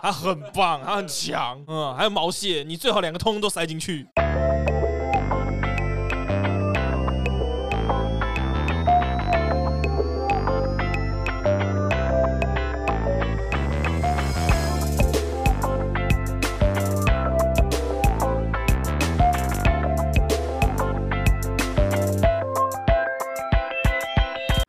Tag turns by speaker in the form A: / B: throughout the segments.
A: 他很棒，他很强，嗯，还有毛蟹，你最好两个通通都塞进去。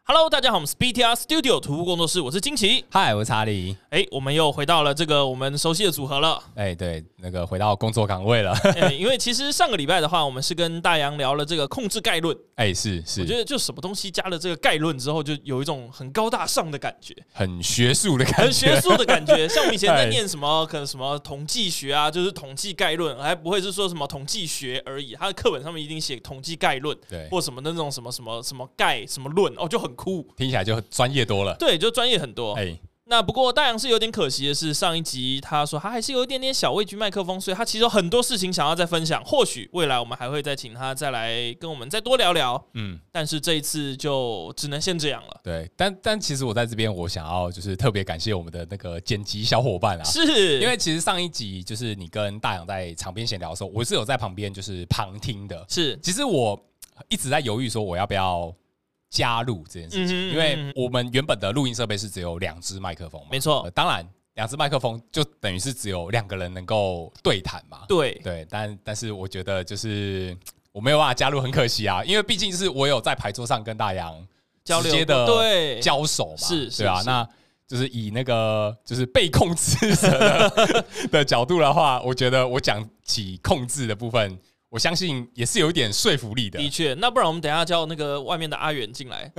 A: Hello，大家好，我们是 BTR Studio 徒步工作室，我是金奇。
B: 嗨，我是查理。
A: 哎、我们又回到了这个我们熟悉的组合 了。
B: 哎、对，那个回到工作岗位了。
A: 哎因为其实上个礼拜的话，我们是跟大洋聊了这个控制概论，
B: 哎、是是，
A: 我觉得就什么东西加了这个概论之后，就有一种很高大上的感觉，
B: 很学术的感
A: 很
B: 觉。
A: 学术的 感 觉。像我们以前在
B: 哎
A: 念什么，可能什么统计学啊，就是统计概论，还不会是说什么统计学而已。它的课本上面一定写统计概论，
B: 对，
A: 或什么那种什么什么什么概什么论，哦，就很酷。
B: 听起来就专业多了。
A: 对，就专业很多。
B: 哎、
A: 那不过大洋是有点可惜的是，上一集他说他还是有一点点小畏惧麦克风，所以他其实有很多事情想要再分享。或许未来我们还会再请他再来跟我们再多聊聊，
B: 嗯，
A: 但是这一次就只能先这样了。
B: 对，但但其实我在这边，我想要就是特别感谢我们的那个剪辑小伙伴啊。
A: 是，
B: 因为其实上一集就是你跟大洋在场边闲聊的时候，我是有在旁边就是旁听的。
A: 是，
B: 其实我一直在犹豫说我要不要加入这件事情，
A: 嗯哼嗯
B: 因为我们原本的录音设备是只有两只麦克风嘛，
A: 没错
B: 呃当然，两只麦克风就等于是只有两个人能够对谈嘛。
A: 对，
B: 对，但但是我觉得就是我没有办法加入，很可惜啊，因为毕竟就是我有在牌桌上跟大洋
A: 交
B: 直
A: 流
B: 接的
A: 对，
B: 交手嘛，
A: 是是
B: 对啊，
A: 是
B: 那。就是以那个就是被控制者的的角度的话，我觉得我讲起控制的部分，我相信也是有一点说服力的。
A: 的确。那不然我们等一下叫那个外面的阿远进 来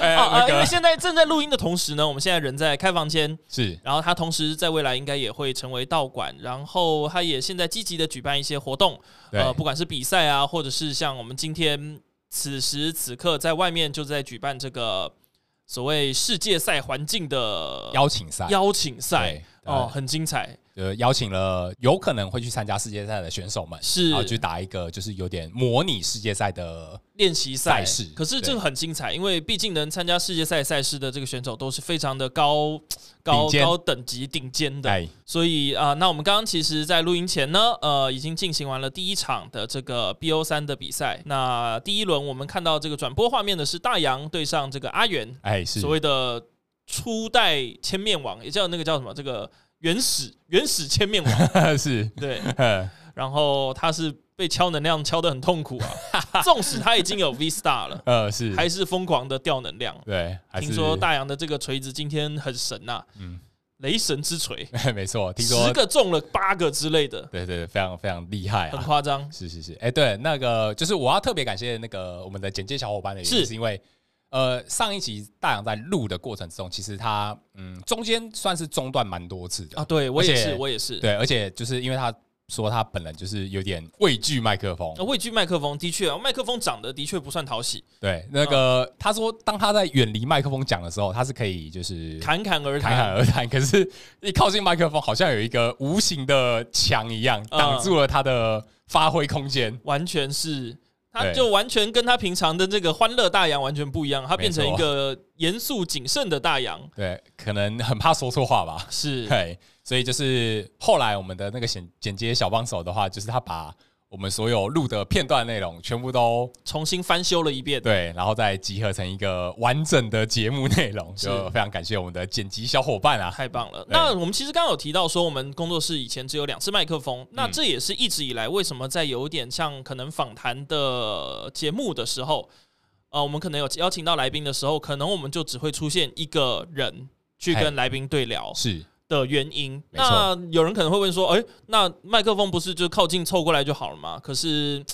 B: 哎，
A: 啊
B: 那
A: 啊！因为
B: 个
A: 现在正在录音的同时呢，我们现在人在开房间，
B: 是
A: 然后他同时在未来应该也会成为道馆，然后他也现在积极的举办一些活动，
B: 对
A: 呃，不管是比赛啊，或者是像我们今天此时此刻在外面就在举办这个所谓世界赛环境的
B: 呃邀请赛
A: 邀请赛
B: 对
A: 哦，
B: 呃
A: 很精彩，
B: 呃，邀请了有可能会去参加世界赛的选手们，
A: 是
B: 然后去打一个哦就是有点模拟世界赛的，
A: 练习赛
B: 赛事
A: 可是这个
B: 对
A: 很精彩，因为毕竟能参加世界赛赛事的这个选手都是非常的高高
B: 顶尖
A: 高等级顶尖的，
B: 哎，
A: 所以啊、呃那我们刚刚其实，在录音前呢，呃，已经进行完了第一场的这个 BO 三的比赛。那第一轮我们看到这个转播画面的是大洋对上这个阿元，
B: 哎是
A: 所谓的初代千面王，也叫那个叫什么？这个原始原始千面王
B: 是，
A: 对。
B: 呃
A: 然后他是被敲能量敲得很痛苦 啊，纵使他已经有 V Star 了，
B: 呃是，
A: 还是疯狂的掉能量。
B: 对，还是
A: 听说大洋的这个锤子今天很神呐、
B: 嗯，
A: 雷神之锤。
B: 没错，听
A: 十
B: 说
A: 个中了八个之类的，
B: 对对对，非常非常厉害
A: 很
B: 啊，
A: 夸张。
B: 是是是，哎对，那个就是我要特别感谢那个我们的简介小伙伴的原因，
A: 是
B: 是因为。呃，上一集大洋在录的过程之中，其实他嗯中间算是中断蛮多次的
A: 啊，对我也
B: 而
A: 是，
B: 且
A: 我也是。
B: 对，而且就是因为他说他本人就是有点畏惧麦克风
A: 呃，，畏惧麦克风的确啊，麦克风长得的确不算讨喜，
B: 对，那个、
A: 嗯
B: 他说当他在远离麦克风讲的时候，他是可以就是
A: 侃侃而
B: 侃侃
A: 谈。
B: 而谈，可是一靠近麦克风，好像有一个无形的墙一样
A: 嗯
B: 挡住了他的发挥空间。
A: 完全是，他
B: 对
A: 就完全跟他平常的这个欢乐大洋完全不一样，他变成一
B: 没错
A: 个严肃谨慎的大洋。
B: 对，可能很怕说错话吧。
A: 是，
B: 对，所以就是后来我们的那个剪剪接小帮手的话，就是他把我们所有录的片段内容全部都
A: 重新翻修了一遍。
B: 对，然后再集合成一个完整的节目内容，
A: 是
B: 就非常感谢我们的剪辑小伙伴啊。
A: 太棒了！
B: 对
A: 那我们其实刚刚有提到说，我们工作室以前只有两次麦克
B: 嗯
A: 风，那这也是一直以来为什么在有点像可能访谈的节目的时候，呃，我们可能有邀请到来宾的时候，可能我们就只会出现一个人去
B: 嘿
A: 跟来宾对聊
B: 是，
A: 的原因。
B: 没错
A: 那有人可能会问说，诶，那麦克风不是就靠近凑过来就好了吗？可是，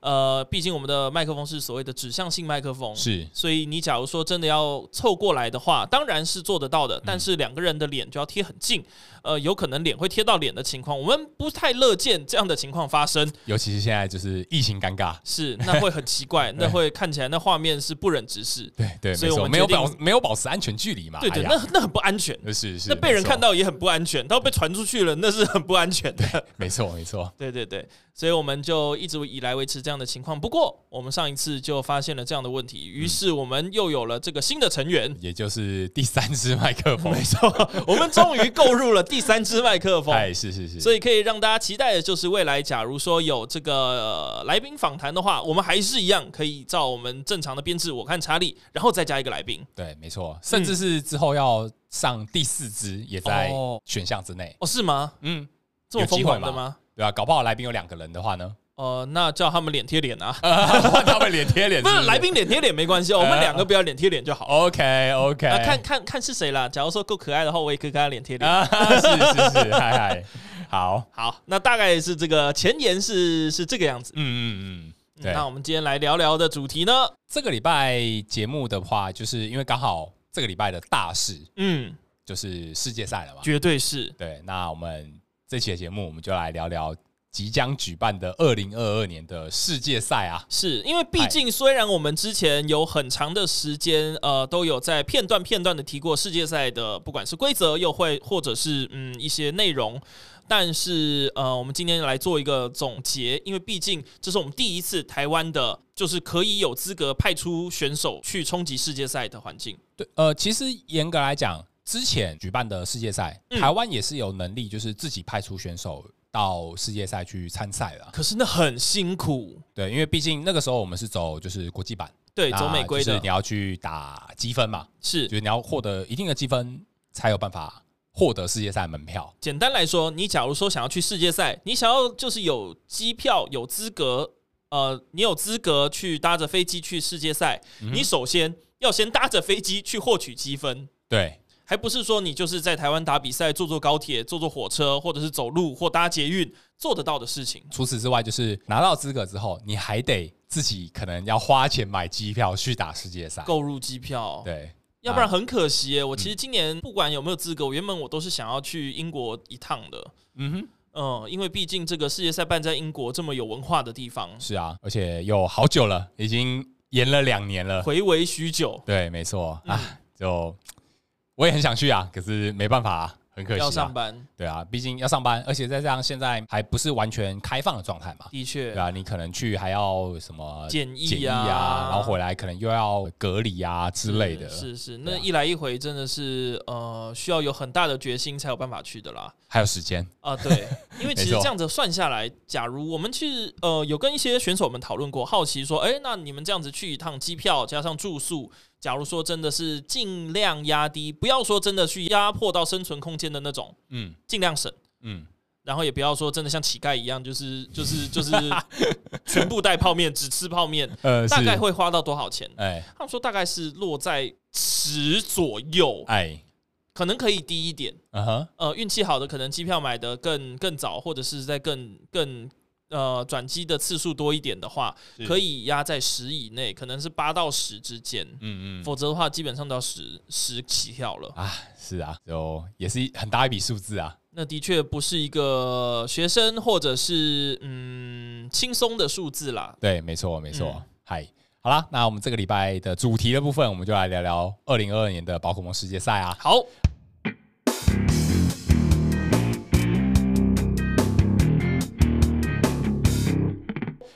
A: 呃，毕竟我们的麦克风是所谓的指向性麦克风，
B: 是
A: 所以你假如说真的要凑过来的话，当然是做得到
B: 嗯
A: 的，但是两个人的脸就要贴很近，呃，有可能脸会贴到脸的情况，我们不太乐见这样的情况发生，
B: 尤其是现在就是疫情尴尬，
A: 是那会很奇怪，那会看起来那画面是不忍直视，
B: 对对，
A: 所以我
B: 没错，
A: 们
B: 没有
A: 决定
B: 保没有保持安全距离嘛，
A: 对对，
B: 哎呀
A: 那那很不安全，
B: 是是，
A: 那被人看
B: 到，
A: 到也很不安全，到被传 出去了，那是很不安全的。
B: 没错没错，
A: 对对对，所以我们就一直以来维持这样的情况。不过我们上一次就发现了这样的问题，于是我们又有了这个新的成员。
B: 也就是第三支麦克 风。
A: 没错，我们终于购入了第三支麦克风。
B: 哎，是是是，
A: 所以可以让大家期待的就是未来，假如说有这个、呃来宾访谈的话，我们还是一样可以照我们正常的编制，我看查理，然后再加一个来宾。
B: 对，没错，甚至是之后要上第四支也在
A: 哦
B: 选项之内。
A: 哦，是吗？
B: 嗯，
A: 这么
B: 有
A: 疯
B: 机会
A: 狂的
B: 吗
A: 吗？
B: 对啊，搞不好来宾有两个人的话 呢，
A: 呃，那叫他们脸贴脸啊，
B: 换他们脸贴脸是
A: 不
B: 不
A: 是
B: 是
A: 来。宾脸贴脸没关 系，哦，我们两个不要脸贴脸就好。
B: OK OK，
A: 啊，看看看是谁啦。假如说够可爱的话，我也可以跟他脸贴脸。
B: 哎啊，是是是，嗨嗨，好，
A: 好，那大概是这个前言是是这个样子。
B: 嗯嗯嗯，对。
A: 那我们今天来聊聊的主题呢，
B: 这个礼拜节目的话，就是因为刚好这个礼拜的大事
A: 嗯，
B: 就是世界赛了嘛，
A: 绝对是
B: 对，那我们这期的节目我们就来聊聊即将举办的二零二二年的世界赛啊，
A: 是因为毕竟，虽然我们之前有很长的时间，呃，都有在片段片段的提过世界赛的，不管是规则，又会或者是嗯一些内容，但是呃，我们今天来做一个总结，因为毕竟这是我们第一次台湾的，就是可以有资格派出选手去冲击世界赛的环境。
B: 对，呃，其实严格来讲，之前举办的世界赛，
A: 嗯
B: 台湾也是有能力，就是自己派出选手到世界赛去参赛了。
A: 可是那很辛苦，
B: 对，因为毕竟那个时候我们是走就是国际版，
A: 对，
B: 那
A: 走美规
B: 啊就是
A: 的
B: 你要去打积分嘛，
A: 是
B: 就是你要获得一定的积分才有办法获得世界赛门票。
A: 简单来说，你假如说想要去世界赛，你想要就是有机票、有资格，呃，你有资格去搭着飞机去世界赛，
B: 嗯
A: 你首先要先搭着飞机去获取积分，
B: 对，
A: 还不是说你就是在台湾打比赛，坐坐高铁、坐坐火车，或者是走路或搭捷运做得到的事情。
B: 除此之外，就是拿到资格之后，你还得自己可能要花钱买机票去打世界赛。
A: 购入机票，
B: 对，嗯
A: 要不然很可惜耶。我其实今年不管有没有资格，我原本我都是想要去英国一趟的。
B: 嗯哼，
A: 嗯，因为毕竟这个世界赛办在英国这么有文化的地方，
B: 是啊，而且有好久了，已经延了两年了。
A: 回味许久。
B: 对，没错
A: 嗯
B: 啊，就我也很想去啊，可是没办法、啊，很可
A: 要
B: 惜
A: 上
B: 啊。
A: 班，
B: 对啊，毕竟要上班，而且再加上现在还不是完全开放的状态嘛。
A: 的
B: 对
A: 确，
B: 啊，你可能去还要什么
A: 检
B: 检疫
A: 疫
B: 啊，然后回
A: 来
B: 来可能又要隔离啊之类的，
A: 是是，
B: 对
A: 那
B: 啊
A: 一来一回真的是呃，需要有很大的决心才有办法去的啦。
B: 还有时间。
A: 啊， 对，因为其实
B: 没错
A: 这样子算下来，假如我们去呃有跟一些选手们讨论过，好奇说，哎，那你们这样子去一趟，机票加上住宿，假如说真的是尽量压低，不要说真的去压迫到生存空间的那种，
B: 嗯
A: 尽量省。
B: 嗯，
A: 然后也不要说真的像乞丐一样，就是就是就是 全部带泡面，只吃泡面，
B: 呃，
A: 大概
B: 是
A: 会花到多少钱？
B: 哎
A: 他们说大概是落在十左右，
B: 哎，
A: 可能可以低一点。
B: 嗯哼，
A: 呃，运气好的，可能机票买的更更早，或者是在更更呃转机的次数多一点的话，
B: 是
A: 可以压在十以内，可能是八到十之间。
B: 嗯嗯，
A: 否则的话，基本上都要十十起跳了。
B: 啊，是啊，就也是一很大一笔数字啊。
A: 那的确不是一个学生或者是嗯轻松的数字啦。
B: 对，没错，没错
A: 嗯。
B: 嗨、好啦，那我们这个礼拜的主题的部分，我们就来聊聊二零二二年的宝可梦世界赛啊。
A: 好，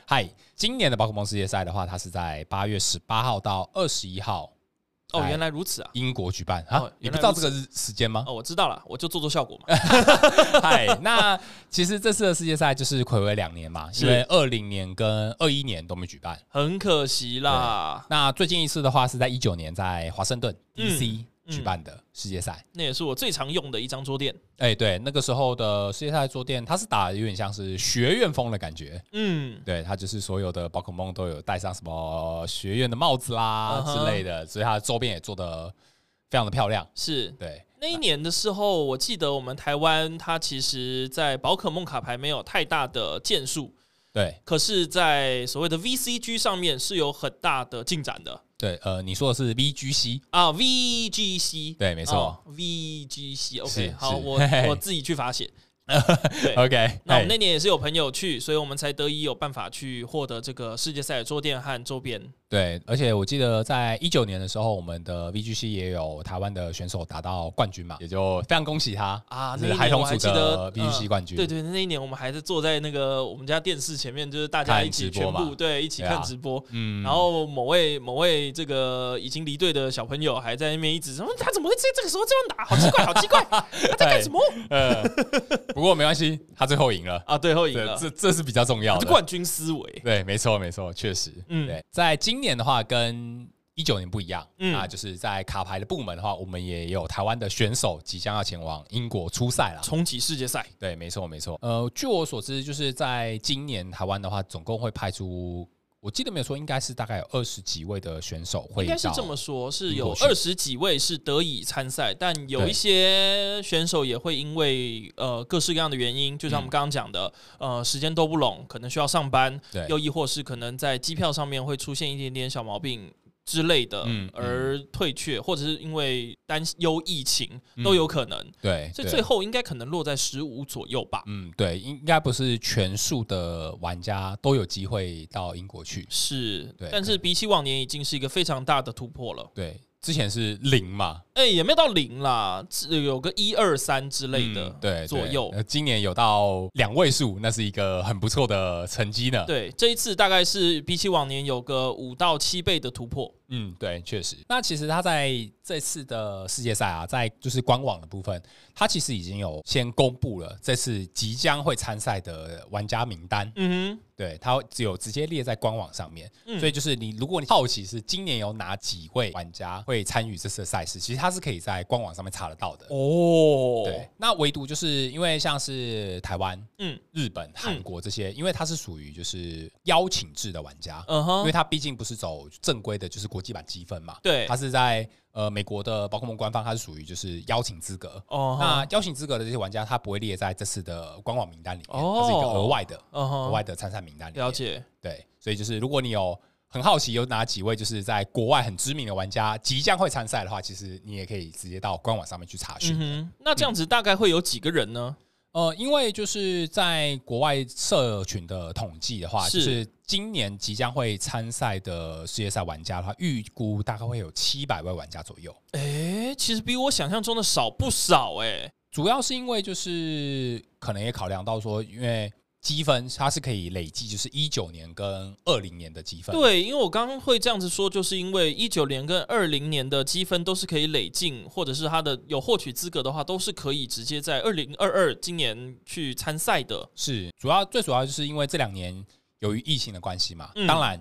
B: 嗨，今年的宝可梦世界赛的话，它是在八月十八号到二十一号
A: 哦，
B: 哎
A: 原来如此啊。
B: 英国举办啊、
A: 哦
B: 你
A: 原
B: 不
A: 来
B: 知道
A: 如
B: 这
A: 此
B: 个日时间吗？
A: 哦，我知道了，我就做做效果嘛。
B: 嗨、那其实这次的世界赛就是暌违两年嘛，因
A: 是
B: 为二零年跟二一年都没举办。
A: 很可惜啦，
B: 那最近一次的话是在一九年在华盛顿
A: 嗯
B: DC
A: 嗯
B: 举办的世界赛。
A: 那也是我最常用的一张桌垫。
B: 哎、对，那个时候的世界赛桌垫，它是打的有点像是学院风的感觉。
A: 嗯，
B: 对，它就是所有的宝可梦都有戴上什么学院的帽子啦
A: 嗯哼
B: 之类的，所以它的周边也做的非常的漂亮。
A: 是
B: 对，
A: 那一年的时候，我记得我们台湾它其实，在宝可梦卡牌没有太大的建树，
B: 对，
A: 可是，在所谓的 VCG 上面是有很大的进展的
B: 对，呃，你说的是 VGC，
A: 啊。VGC
B: 对，没错，
A: v g c
B: 是
A: OK，
B: 是
A: 好，我
B: 嘿嘿
A: 我自己去罚写。对
B: OK，
A: 那我
B: 哎
A: 们那年也是有朋友去，所以我们才得以有办法去获得这个世界赛的桌垫和周边。
B: 对，而且我记得在一九年的时候，我们的 VGC 也有台湾的选手打到冠军嘛，也就非常恭喜他
A: 啊
B: 就
A: 那
B: 是
A: 一
B: 孩
A: 年
B: 童
A: 我还
B: 组
A: 记得
B: 的 VGC
A: 嗯
B: 冠军。
A: 对对，那一年我们还是坐在那个我们家电视前面，就是大家
B: 看
A: 一起
B: 直播
A: 全
B: 嘛
A: 部对一起
B: 对啊
A: 看直播。
B: 嗯
A: 然后某位某位这个已经离队的小朋友还在那边一直说他怎么会在这个时候这样打，好奇怪，好 奇怪，他在干什么
B: 呃， 不过没关系，他最后赢了，
A: 啊？最后赢
B: 这
A: 了，啊
B: 这这是比较重要
A: 这
B: 的。
A: 冠军思维，
B: 对，没错没错，确实，
A: 嗯
B: 对，在今年的话跟一九年不一样，
A: 嗯
B: 啊，就是在卡牌的部门的话，我们也有台湾的选手即将要前往英国出赛啦。
A: 冲击世界赛。
B: 对，没错，没错。呃，据我所知，就是在今年台湾的话，总共会派出，我记得没有说，应该是大概有二十几位的选手会
A: 应该是
B: 到
A: 这么说，是
B: 英
A: 有
B: 国嗯去
A: 二十几位是得以参赛，但有一些选手也会因为呃各式各样的原因，就像我
B: 嗯
A: 们刚刚讲的，呃时间都不拢，可能需要上班，
B: 对
A: 又亦或是可能在机票上面会出现一点点小毛病。之类的，
B: 嗯嗯
A: 而退却，或者是因为担忧疫情，
B: 嗯
A: 都有可能，
B: 对，
A: 所以
B: 对
A: 最后应该可能落在十五左右吧。
B: 嗯，对，应该不是全数的玩家都有机会到英国去。
A: 是
B: 对，
A: 但是比起往年，已经是一个非常大的突破了。
B: 对，之前是零嘛，
A: 哎、也没有到零啦，只有个一二三之类的，
B: 嗯对
A: 左
B: 对
A: 右。
B: 呃今年有到两位数，那是一个很不错的成绩呢。
A: 对，这一次大概是比起往年有个五到七倍的突破。
B: 嗯，对，确实。那其实他在这次的世界赛啊，在就是官网的部分，他其实已经有先公布了这次即将会参赛的玩家名单。
A: 嗯
B: 对，他只有直接列在官网上面。
A: 嗯
B: 所以就是你，如果你好奇是今年有哪几位玩家会参与这次的赛事，其实他是可以在官网上面查得到的。
A: 哼，哦
B: 对，，那唯独就是因为像是台湾、
A: 嗯
B: 日本、韩国这些，因为它是属于就是邀请制的玩家，
A: 嗯
B: 因为
A: 哼，
B: 它毕竟不是走正规的，就是国际版积分嘛，
A: 对
B: 它，是在呃美国的宝可梦官方，它是属于就是邀请资格。
A: 哦
B: 那邀请资格的这些玩家，他不会列在这次的官网名单里面，
A: 哦
B: 它是一个额外的、
A: 嗯
B: 额
A: 哼，
B: 外的参赛名单里面。
A: 了解，
B: 对，所以就是如果你有很好奇有哪几位就是在国外很知名的玩家即将会参赛的话，其实你也可以直接到官网上面去查询
A: 嗯。哼，那这样子大概会有几个人呢？
B: 呃，因为就是在国外社群的统计的话，
A: 是
B: 就是今年即将会参赛的世界赛玩家的话，预估大概会有七百位玩家左右。
A: 哎、其实比我想象中的少不少哎、
B: 主要是因为就是可能也考量到说，因为积分它是可以累计，就是一九年跟二零年的积分。
A: 对，因为我刚刚会这样子说，就是因为一九年跟二零年的积分都是可以累进，或者是他的有获取资格的话，都是可以直接在二零二二今年去参赛的。
B: 是主要最主要就是因为这两年由于疫情的关系嘛，
A: 嗯
B: 当然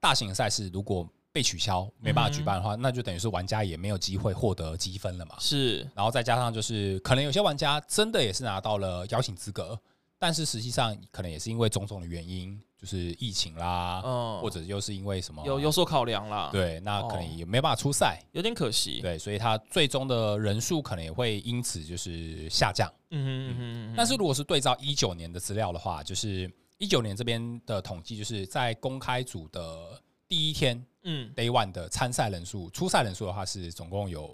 B: 大型的赛事如果被取消没办法
A: 嗯
B: 举
A: 哼
B: 办的话，那就等于是玩家也没有机会获得积分了嘛。
A: 是，
B: 然后再加上就是可能有些玩家真的也是拿到了邀请资格，但是实际上可能也是因为种种的原因，就是疫情啦，
A: 嗯，
B: 或者又是因为什么
A: 有哦有所考量啦，，
B: 对，那可能也没办法出赛，
A: 有点可惜。
B: 对，所以他最终的人数可能也会因此就是下降。
A: 嗯哼嗯哼嗯哼，
B: 但是如果是对照一九年的资料的话，就是一九年这边的统计，就是在公开组的第一天
A: 嗯，
B: Day One 的参赛人数、出赛人数的话是总共有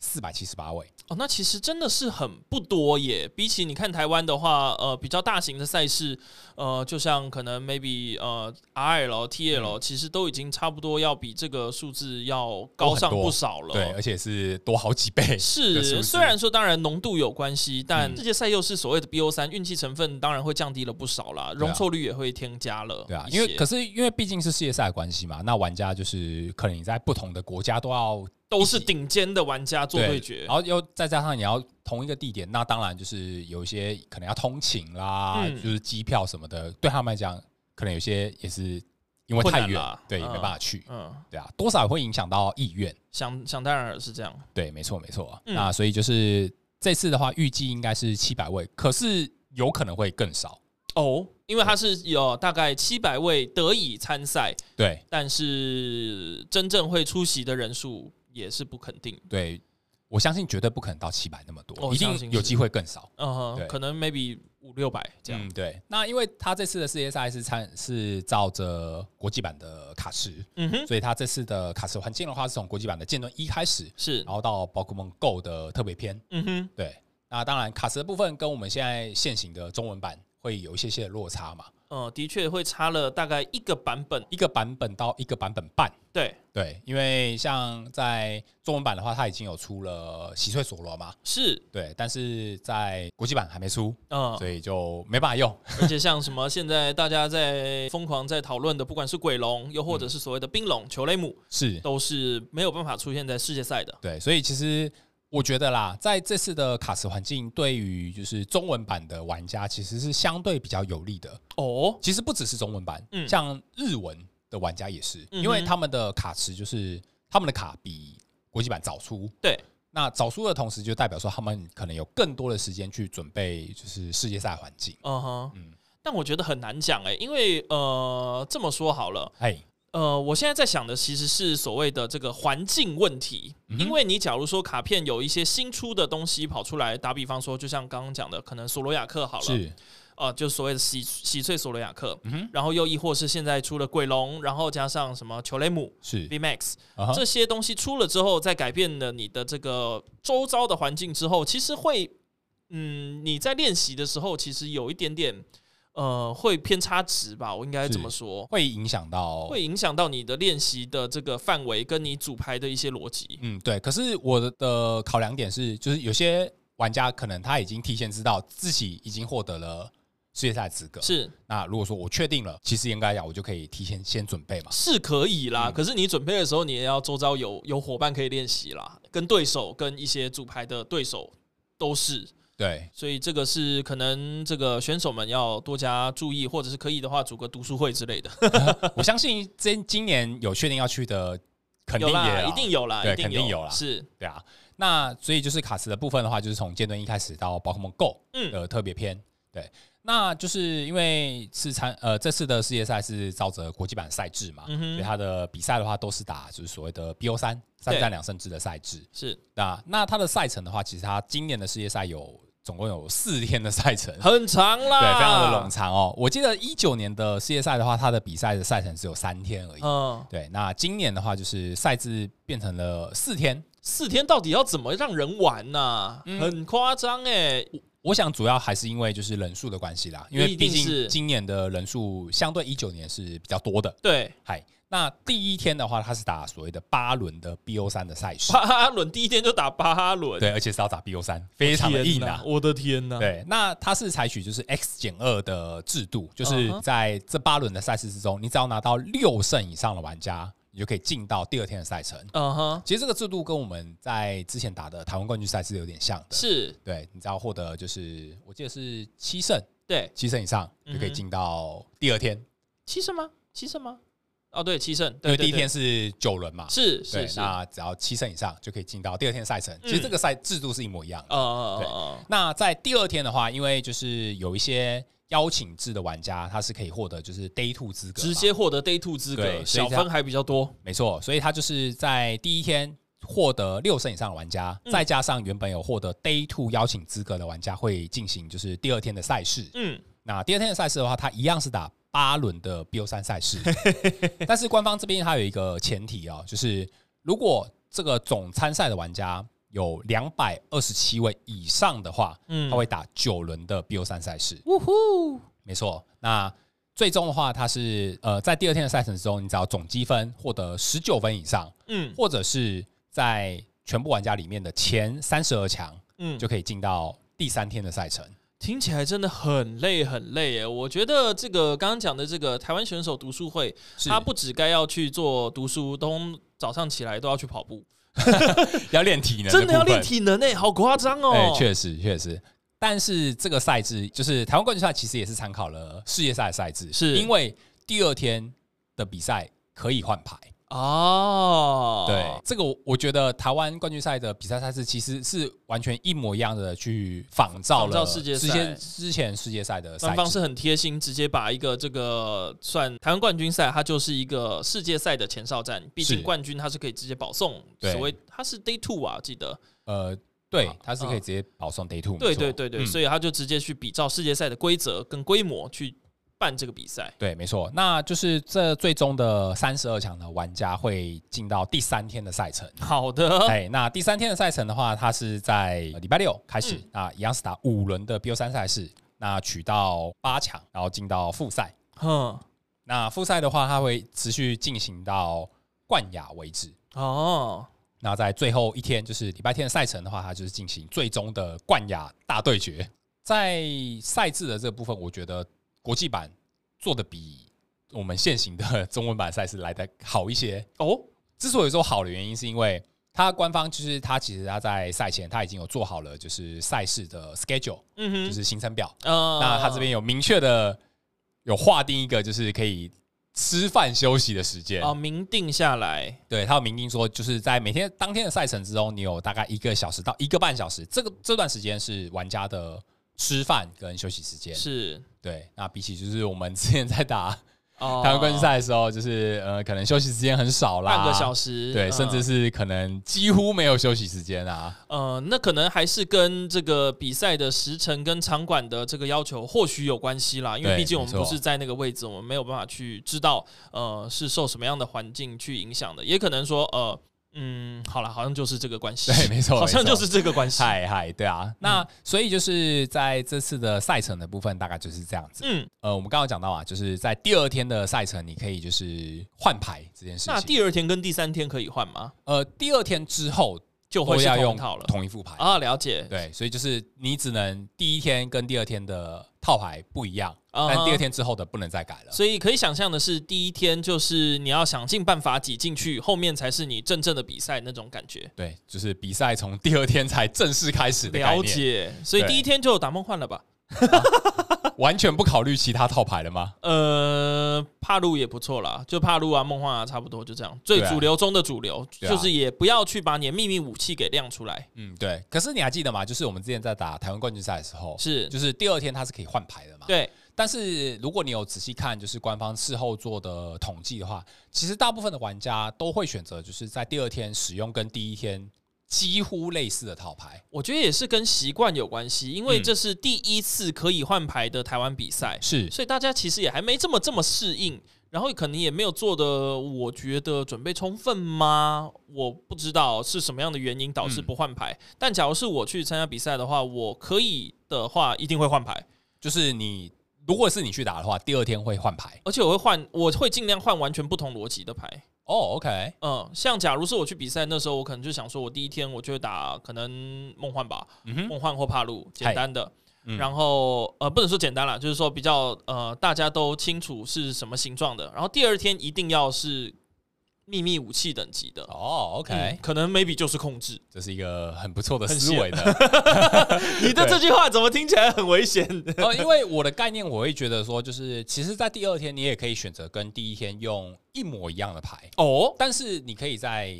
B: 四百七十八位。
A: 哦，那其实真的是很不多耶。比起你看台湾的话，呃，比较大型的赛事，呃，就像可能 maybe 呃 RL、TL，、其
B: 嗯
A: 实都已经差不多要比这个数字要高上不少了。
B: 对，而且是多好几 倍。的数
A: 是，
B: 字
A: 虽然说当然浓度有关系，但
B: 嗯
A: 这些赛又是所谓的 BO 三，运气成分当然会降低了不少啦，容错率也会添加了一些。
B: 啊对啊，因为可是因为毕竟是世界赛的关系嘛，那玩家就是可能你在不同的国家都要
A: 都是顶尖的玩家做对决
B: 然，后又再加上你要同一个地点，那当然就是有一些可能要通勤啦，
A: 嗯
B: 就是机票什么的，对他们来讲，可能有些也是因为
A: 困
B: 太
A: 难
B: 远
A: 啦，
B: 对，也
A: 嗯
B: 没办法去，
A: 嗯，
B: 对啊，多少也会影响到意愿，
A: 想想当然是这样。
B: 对，没错没错。
A: 嗯
B: 那所以就是这次的话，预计应该是七百位，可是有可能会更少，
A: 哦，因为它是有大概七百位得以参赛，
B: 对
A: 但是真正会出席的人数也是不肯定。
B: 对，我相信绝对不可能到七百那么
A: 哦
B: 多，一
A: 相信
B: 定
A: 是
B: 有机会更少。
A: 嗯
B: 对
A: 哼，可能 maybe 五六百这样。
B: 嗯，对。那因为他这次的世界赛是参是照着国际版的卡池，
A: 嗯哼，
B: 所以他这次的卡池环境的话，是从国际版的剑盾一开始，
A: 是
B: 然，后到宝可梦 Go 的特别篇，
A: 嗯哼，
B: 对。那当然，卡池的部分跟我们现在现行的中文版会有一些些的落差嘛，
A: 嗯，的确会差了大概一个版本。
B: 一个版本到一个版本半。
A: 对，
B: 对，因为像在中文版的话，它已经有出了《洗碎索罗》嘛，
A: 是，
B: 对，但是在国际版还没出，
A: 嗯，
B: 所以就没办法用。
A: 而且像什么现在大家在疯狂在讨论的，不管是鬼龙，又或者是所谓的冰龙、球类姆，
B: 是，
A: 都是没有办法出现在世界赛的。
B: 对，所以其实我觉得啦，在这次的卡池环境，对于就是中文版的玩家其实是相对比较有利的。
A: 哦，
B: 其实不只是中文版，
A: 嗯
B: 像日文的玩家也是，
A: 嗯哼
B: 因为他们的卡池就是他们的卡比国际版早出，
A: 对。
B: 那早出的同时，就代表说他们可能有更多的时间去准备，就是世界赛环境。
A: 嗯哼，
B: 嗯
A: 但我觉得很难讲哎、因为呃，这么说好了，
B: 哎，
A: 呃，我现在在想的其实是所谓的这个环境问题，
B: 嗯哼
A: 因为你假如说卡片有一些新出的东西跑出来，打比方说，就像刚刚讲的，可能索罗亚克好了，
B: 是，
A: 呃，就所谓的洗洗碎索罗亚克，
B: 嗯哼，
A: 然后又亦或是现在出了鬼龙，然后加上什么球雷姆。
B: 是，
A: B Max
B: 啊哈
A: 这些东西出了之后，再改变了你的这个周遭的环境之后，其实会，嗯，你在练习的时候，其实有一点点，呃，会偏差值吧，我应该这么说，
B: 会影响到
A: 会影响到你的练习的这个范围跟你组牌的一些逻辑。
B: 嗯，对。可是我的的考量点是，就是有些玩家可能他已经提前知道自己已经获得了世界赛资格。
A: 是
B: 那如果说我确定了，其实应该讲我就可以提前先准备嘛。
A: 是可以
B: 嗯
A: 啦，可是你准备的时候，你也要周遭有有伙伴可以练习啦，跟对手跟一些组牌的对手都是，
B: 对，
A: 所以这个是可能这个选手们要多加注意，或者是可以的话组个读书会之类的，
B: 我相信今今年有确定要去的，肯定
A: 有
B: 也
A: 啦，
B: 有
A: 一定有啦，
B: 对
A: 一定
B: 肯定有
A: 有
B: 啦
A: 是，
B: 对啊。那所以就是卡池的部分的话，就是从剑盾一开始到宝可梦 Go
A: 嗯
B: 的特别篇。对，那就是因为是参呃这次的世界赛是照着国际版赛制嘛，
A: 嗯
B: 所
A: 哼，
B: 以他的比赛的话都是打就是所谓的 BO 三三
A: 对
B: 战两胜制的赛制。
A: 是
B: 那那他的赛程的话，其实他今年的世界赛有总共有四天的赛程，
A: 很长啦，
B: 对，非常的冗长哦。我记得一九年的世界赛的话，他的比赛的赛程只有三天而已。
A: 嗯，
B: 对，那今年的话就是赛制变成了四天。
A: 四天到底要怎么让人玩呢、
B: 嗯
A: 很夸张哎，
B: 我想主要还是因为就是人数的关系啦，因为
A: 一
B: 毕
A: 定
B: 竟
A: 是
B: 今年的人数相对一九年是比较多的。
A: 对，
B: 嗨，那第一天的话，他是打所谓的八轮的 BO 三的赛事，
A: 巴哈伦第一天就打巴哈伦，
B: 对，而且是要打 BO 三，非常的
A: 天
B: 硬
A: 哪
B: 啊。
A: 我的天呐，
B: 对，那它是采取就是 X 减二的制度，就是
A: 嗯哼
B: 在这八轮的赛事之中，你只要拿到六胜以上的玩家，你就可以进到第二天的赛程。
A: 嗯哼，
B: 其实这个制度跟我们在之前打的台湾冠军赛是有点像的，
A: 是，
B: 对，你只要获得就是我记得是七胜，
A: 对，
B: 七胜以上就可以
A: 嗯哼
B: 进到第二天，
A: 七胜吗？七胜吗？哦，对，七胜，
B: 因
A: 嗯对，
B: 为
A: 对
B: 第一
A: 对
B: 天是九轮嘛，
A: 是
B: 对
A: 是，是，呃
B: 那只要七胜以上就可以进到第二天的赛程。其实
A: 嗯
B: 这个赛制度是一模一样的。
A: 呃呃，
B: 那在第二天的话，因为就是有一些邀请制的玩家，他是可以获得就是 Day Two 资格嘛，
A: 直接获得 Day Two 资格，
B: 对所以
A: 小
B: 这样
A: 分还比较多。
B: 没错，所以他就是在第一天获得六胜以上的玩家，
A: 嗯
B: 再加上原本有获得 Day Two 邀请资格的玩家，会进行就是第二天的赛事。
A: 嗯，
B: 那第二天的赛事的话，它一样是打八轮的 BO 三 赛事，但是官方这边它有一个前提哦，就是如果这个总参赛的玩家有两百二十七位以上的话，
A: 嗯
B: 他会打九轮的 BO 三赛事。
A: 呜呼，
B: 没错，那最终的话，它是呃在第二天的赛程之中，你只要总积分获得十九分以上，
A: 嗯
B: 或者是在全部玩家里面的前三十二强，
A: 嗯，
B: 就可以进到第三天的赛程。
A: 听起来真的很累很累耶。我觉得这个刚刚讲的这个台湾选手读书会，
B: 是
A: 他不只该要去做读书，都早上起来都要去跑步，
B: 要练体能，
A: 真的要练。体能诶，好夸张
B: 哎
A: 哦，！
B: 确实确实。但是这个赛制就是台湾冠军赛，其实也是参考了世界赛的赛制，
A: 是
B: 因为第二天的比赛可以换牌。
A: 哦，
B: 对，这个我我觉得台湾冠军赛的比赛赛事其实是完全一模一样的去仿照
A: 仿
B: 了
A: 照世界赛
B: 之前之前世界赛的赛
A: 官方是
B: 制。
A: 很贴心，直接把一个这个算台湾冠军赛，它就是一个世界赛的前哨战。毕
B: 是
A: 竟冠军它是可以直接保送，
B: 对
A: 所谓它是 Day Two 啊，记得
B: 呃，对，它是可以
A: 嗯
B: 直接保送 day two 没错。
A: 对对对对，
B: 嗯
A: 所以他就直接去比照世界赛的规则跟规模去办这个比 赛。
B: 对，没错，那就是这最终的三十二强的玩家会进到第三天的赛程。
A: 好的，
B: 哎，那第三天的赛程的话，它是在呃礼拜六开始，那一样是打五轮的 BO 三赛事，那取到八强，然后进到复赛。
A: 哼，
B: 那复赛的话，它会持续进行到冠亚为止。
A: 哦，
B: 那在最后一天，就是礼拜天的赛程的话，它就是进行最终的冠亚大对决。在赛制的这部分，我觉得国际版做的比我们现行的 中文版赛事来的好一些。
A: 哦，
B: 之所以说好的原因，是因为它官方就是它其实它在赛前它已经有做好了就是赛事的 schedule，
A: 嗯
B: 就
A: 哼，
B: 是行程表。
A: 呃
B: 那它这边有明确的有划定一个就是可以吃饭休息的时间
A: 啊，明定下来，
B: 对，他有明定说，就是在每天当天的赛程之中，你有大概一个小时到一个半小时，这个这段时间是玩家的吃饭跟休息时间。
A: 是
B: 对，那比起就是我们 之前在打
A: 哦，
B: 台湾冠军赛的时候，就是呃，可能休息时间很少啦，
A: 半个小
B: 时，
A: 时，嗯
B: 对，甚至
A: 是
B: 是可能几乎没有休息时间啊。
A: 呃，那可能还是跟这个比赛的时程跟场馆的这个要求或许有关系啦，因为
B: 对
A: 毕竟我们
B: 没错
A: 不是在那个位置，我们没有办法去知道呃是受什么样的环境去影响的，也可能说呃。嗯，好了，好像就是这个关系，
B: 对没 错
A: 好像
B: 没
A: 就
B: 错
A: 是嗯这个关系。
B: 嗨嗨，对啊，那所以就是在这次的赛程的部分，大概就是这样子。
A: 嗯，
B: 呃，我们刚刚讲到啊，就是在第二天的赛程，你可以就是换牌这件事情。
A: 那第二天跟第三天可以换吗？
B: 呃，第二天之后
A: 就
B: 都
A: 会是
B: 要
A: 同
B: 用
A: 一套了
B: 同一副牌。
A: 啊，了解。
B: 对，所以就是你只能第一天跟第二天的套牌不一样，
A: 啊哈
B: 但第二天之后的不能再改了。
A: 所以可以想象的是，第一天就是你要想尽办法挤进去，后面才是你真正的比赛那种感觉。
B: 对，就是比赛从第二天才正式开始的概
A: 了
B: 念，
A: 解，所以
B: 对
A: 第一天就打梦幻了吧？
B: 完全不考虑其他套牌了吗？
A: 呃，帕路也不错啦，就帕路啊、梦幻啊，差不多就这样。最
B: 对啊
A: 主流中的主流，
B: 对啊
A: 就是也不要去把你的秘密武器给亮出来。
B: 嗯，对。可是你还记得吗？就是我们之前在打台湾冠军赛的时候，
A: 是，
B: 就是第二天它是可以换牌的嘛？。
A: 对，
B: 但是如果你有仔细看，就是官方事后做的统计的话，其实大部分的玩家都会选择就是在第二天使用跟第一天几乎类似的套牌。
A: 我觉得也是跟习惯有关系，因为
B: 嗯
A: 这是第一次可以换牌的台湾比赛，
B: 是
A: 所以大家其实也还没这么这么适应，然后可能也没有做的，我觉得准备充分吗？我不知道是什么样的原因导
B: 嗯
A: 致不换牌。但假如是我去参加比赛的话，我可以的话一定会换牌，
B: 就是你如果是你去打的话，第二天会换牌。
A: 而且我会换，我会尽量换完全不同逻辑的牌。
B: 哦、o k
A: 嗯，像假如是我去比赛那时候，我可能就想说，我第一天我就会打可能梦幻吧，
B: 嗯哼，
A: 梦幻或帕路，简单的。
B: 嗯
A: 然后呃，不能说简单啦，就是说比较呃，大家都清楚是什么形状的。然后第二天一定要是秘密武器等级的。
B: 哦、o k
A: 嗯可能 maybe 就是控制。
B: 这是一个很不错的
A: 很
B: 思
A: 险
B: 维的。
A: 你的这句话怎么听起来很危险？
B: 呃，因为我的概念，我会觉得说，就是其实，在第二天你也可以选择跟第一天用一模一样的牌，
A: 哦，
B: 但是你可以在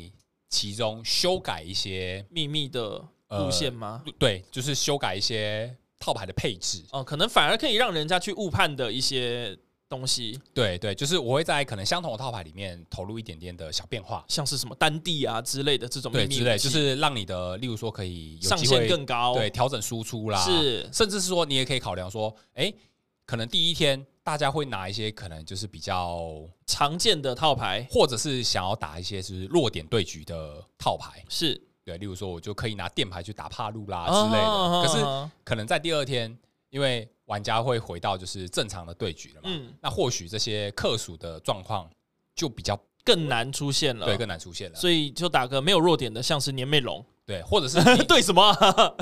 B: 其中修改一些，
A: 秘密的路线吗？
B: 对，就是修改一些套牌的配置。
A: 哦、可能反而可以让人家去误判的一些东西，
B: 对对，就是我会在可能相同的套牌里面投入一点点的小变化。
A: 像是什么单地啊之类的这种秘
B: 对，
A: 密武器
B: 之类就是让你的，例如说可以有
A: 上
B: 机
A: 限
B: 会
A: 更高。
B: 对，调整输出啦，
A: 是
B: 甚至是说你也可以考量说，哎、可能第一天大家会拿一些可能就是比较，
A: 常见的套牌
B: 或者是想要打一些就是弱点对局的套牌，
A: 是
B: 对，例如说我就可以拿电牌去打帕路啦之类
A: 哦
B: 的，可是
A: 是
B: 可能在第二天，因为玩家会回到就是正常的对局了嘛，
A: 嗯
B: 那或许这些克数的状况就比较
A: 更难出现了。
B: 对更难出现了，
A: 嗯所以就打个没有弱点的，像是年美龙。
B: 对，或者是
A: 对什么啊？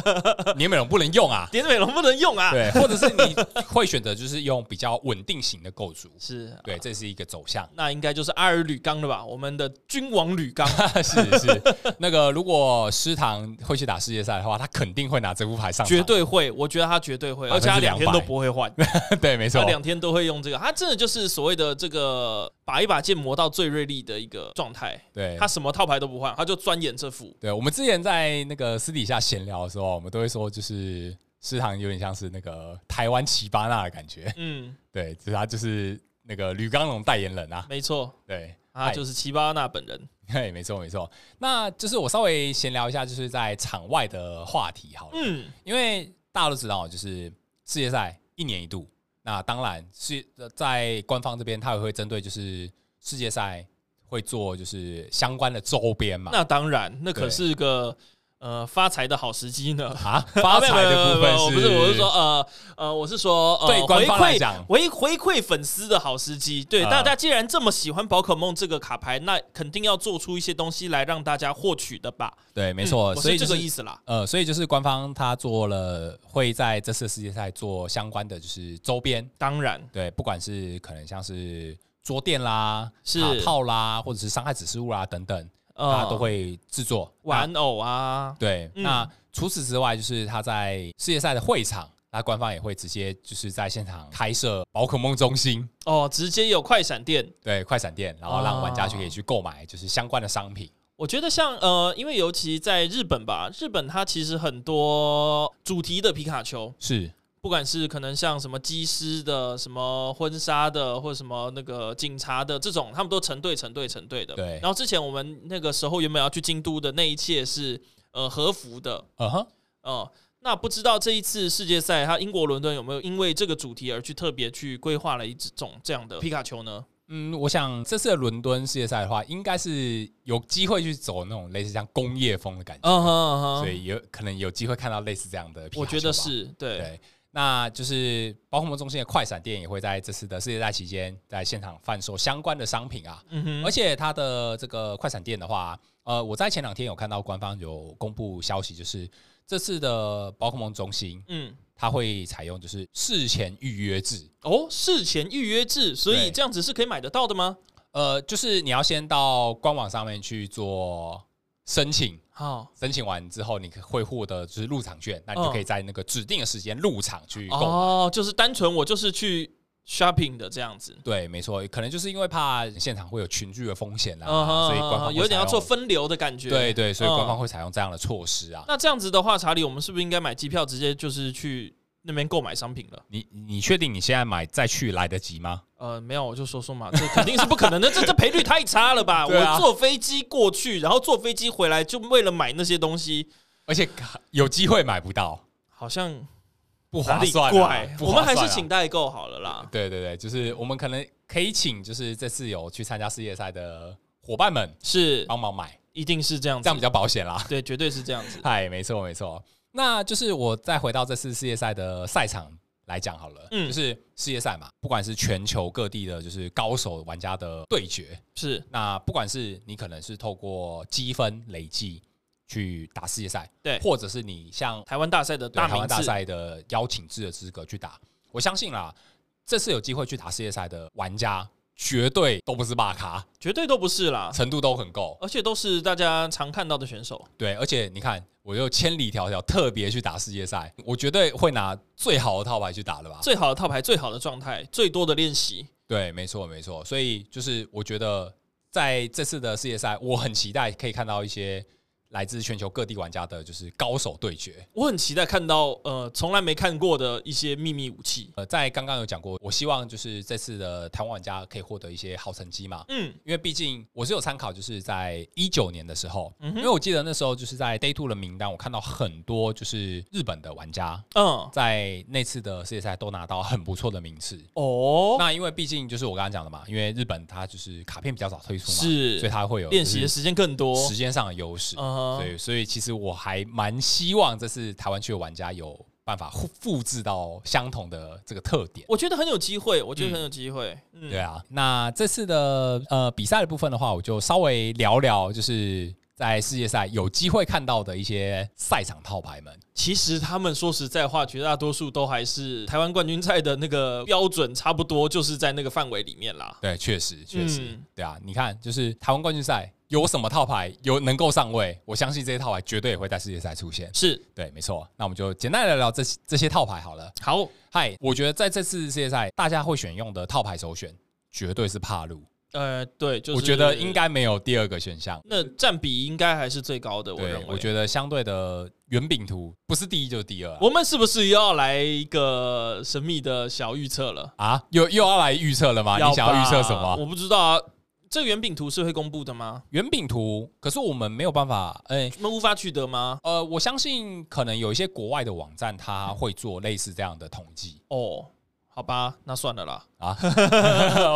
B: 你你美容不能 用啊。
A: 年美龙不能用啊？
B: 对，或者是你会选择就是用比较稳定型的构筑，
A: 是，
B: 对，这是一个走向。
A: 那应该就是阿尔吕刚了吧？我们的君王吕刚。
B: 是是，那个如果师堂会去打世界赛的话，他肯定会拿这副牌上场。
A: 绝对会，我觉得他绝对会，
B: 百
A: 而
B: 分
A: 且
B: 之
A: 他两天
B: 200
A: 都不会换，
B: 对，没错
A: 他。两天都会用这个。他真的就是所谓的这个把一把剑磨到最锐利的一个状态。
B: 对
A: 他，什么套牌都不换，他就钻研这副。
B: 对，我们之前在那个私底下闲聊的时候，我们都会说，就是师堂有点像是那个台湾奇巴纳的感觉。
A: 嗯，
B: 对，就是他就是那个吕刚龙代言人啊。
A: 没错，
B: 对，
A: 他
B: 嗨
A: 就是齐巴纳本人。
B: 对，没错没错。那就是我稍微闲聊一下，就是在场外的话题好了。
A: 嗯，
B: 因为大家都知道，就是世界赛一年一度，那当然是呃在官方这边，他也会针对就是世界赛会做就是相关的周边嘛。
A: 那当然，那可是个呃发财的好时机呢。
B: 啊， 发财的部分
A: 啊没有没有没有没有我不是，我是说，呃呃，我是说，呃、
B: 对官方来
A: 回馈
B: 讲
A: 回回馈粉丝的好时机。对，
B: 啊
A: 大家既然这么喜欢宝可梦这个卡牌，那肯定要做出一些东西来让大家获取的吧？
B: 对，没
A: 嗯
B: 错，
A: 我是
B: 所以
A: 这
B: 就
A: 个
B: 是
A: 意思啦。
B: 呃，所以就是官方他做了，会在这次世界赛做相关的就是周边，
A: 当然，
B: 对，不管是可能像是桌垫啦、
A: 是
B: 卡套啦，或者是伤害指示物啦等等，
A: 呃
B: 他都会制作。
A: 玩偶啊
B: 那，对，
A: 嗯
B: 那除此之外，就是他在世界赛的会场，那官方也会直接就是在现场开设宝可梦中心，
A: 哦，直接有快闪店。
B: 对，快闪店，然后让玩家去
A: 哦
B: 可以去购买就是相关的商品。
A: 我觉得像呃，因为尤其在日本吧，日本它其实很多主题的皮卡丘，
B: 是，
A: 不管是可能像什么机师的、什么婚纱的，或者什么那个警察的这种，他们都成对、成对、成对的。
B: 对
A: 然后之前我们那个时候原本要去京都的那一切是呃和服的，
B: 嗯哼，
A: 呃，那不知道这一次世界赛，它英国伦敦有没有因为这个主题而去特别去规划了一种这样的皮卡丘呢？
B: 嗯，我想这次的伦敦世界赛的话，应该是有机会去走那种类似像工业风的感觉，
A: 嗯哼嗯哼，
B: 所以有可能有机会看到类似这样的皮
A: 我
B: 卡丘吧。
A: 觉得是对。
B: 对。那就是宝可梦中心的快闪店也会在这次的世界赛期间在现场贩售相关的商品啊，
A: 嗯哼，
B: 而且它的这个快闪店的话，呃，我在前两天有看到官方有公布消息，就是这次的宝可梦中心
A: 嗯，
B: 它会采用就是事前预约制，
A: 哦，事前预约制，所以
B: 对
A: 这样子是可以买得到的吗？
B: 呃，就是你要先到官网上面去做申请，
A: 好、
B: 申请完之后，你可会获得就是入场券，那你
A: 嗯
B: 就可以在那个指定的时间入场去购。
A: 哦，就是单纯我就是去 shopping 的这样子。
B: 对，没错，可能就是因为怕现场会有群聚的风险啦，
A: 嗯哼
B: 所以官方会
A: 有点要
B: 采
A: 做
B: 用
A: 分流的感觉。
B: 对对，所以官
A: 嗯
B: 方会采用这样的措施啊。
A: 那这样子的话，查理，我们是不是应该买机票直接就是去那边购买商品了？
B: 你你确定你现在买再去来得及吗？
A: 呃，没有，我就说说 嘛，这肯定是不可能的，这这赔率太差了吧？
B: 对啊
A: 我坐飞机过去，然后坐飞机回来，就为了买那些东西，
B: 而且有机会买不到，
A: 好像
B: 不
A: 哪
B: 划
A: 里
B: 算啊、
A: 怪。
B: 不
A: 我
B: 划
A: 们还
B: 算
A: 是
B: 啊
A: 请代购好了啦。
B: 对对对，就是我们可能可以请，就是这次有去参加世界赛的伙伴们
A: 是，
B: 帮忙买，
A: 一定是这样
B: 这
A: 子
B: 样比。较保险啦。
A: 对，绝对是这样子。
B: 嗨，没错没错。那就是我再回到这次世界赛的赛场来讲好了，
A: 嗯
B: 就是世界赛嘛，不管是全球各地的，就是高手玩家的对决，
A: 是，
B: 那不管是你可能是透过积分累计去打世界赛，
A: 对
B: 或者是你像
A: 台湾大赛的
B: 对
A: 大
B: 台
A: 名
B: 湾大
A: 次，
B: 赛的邀请制的资格去打。我相信啦，这次有机会去打世界赛的玩家，绝对都不是大咖，
A: 绝对都不是啦，
B: 程度都很够。
A: 而且都是大家常看到的选手。
B: 对，而且你看，我又千里迢迢特别去打世界赛，我绝对会拿最好的套牌去打的吧？
A: 最好的套牌、最好的状态、最多的练习。
B: 对，没错，没错。所以就是我觉得在这次的世界赛，我很期待可以看到一些来自全球各地玩家的，就是高手对决。
A: 我很期待看到呃从来没看过的一些秘密武器。
B: 呃，在刚刚有讲过，我希望就是这次的台湾玩家可以获得一些好成绩嘛。
A: 嗯，
B: 因为毕竟我是有参考，就是在一九年的时候，
A: 嗯
B: 因为我记得那时候就是在 Day Two 的名单，我看到很多就是日本的玩家
A: 嗯，
B: 在那次的世界赛都拿到很不错的名次。
A: 哦，
B: 那因为毕竟就是我刚刚讲的嘛，因为日本它就是卡片比较早推出嘛，
A: 是
B: 所以它会有
A: 练习的
B: 就是
A: 时间更多。
B: 时间上的优势。
A: 嗯
B: 所
A: 哼，
B: 以，所以其实我还蛮希望这次台湾区的玩家有办法复复制到相同的这个特点。
A: 我觉得很有机会，我觉得很有机会。嗯，
B: 对啊，那这次的呃比赛的部分的话，我就稍微聊聊，就是在世界赛有机会看到的一些赛场套牌们。
A: 其实他们说实在话，绝大多数都还是台湾冠军赛的那个标准，差不多就是在那个范围里面啦。
B: 对，确实，确实，
A: 嗯
B: 对啊，你看，就是台湾冠军赛有什么套牌有能够上位，我相信这些套牌绝对也会在世界赛出现。
A: 是，
B: 对，没错。那我们就简单地聊聊这这些套牌好了。
A: 好，
B: 嗨，我觉得在这次世界赛，大家会选用的套牌首选绝对是帕路，
A: 呃，对，就是
B: 我觉得应该没有第二个选项。
A: 那占比应该还是最高的，我
B: 对
A: 认为。，
B: 我觉得相对的圆饼图不是第一就是第二啊、
A: 我们是不是又要来一个神秘的小预测了？
B: 啊，又又要来预测了吗？
A: 吧
B: 啊你想要预测什么？
A: 我不知道啊。这个圆饼图是会公布的吗？
B: 圆饼图，可是我们没有办法，哎、
A: 我们无法取得吗？
B: 呃，我相信可能有一些国外的网站，它会做类似这样的统计。
A: 哦，好吧，那算了啦。
B: 啊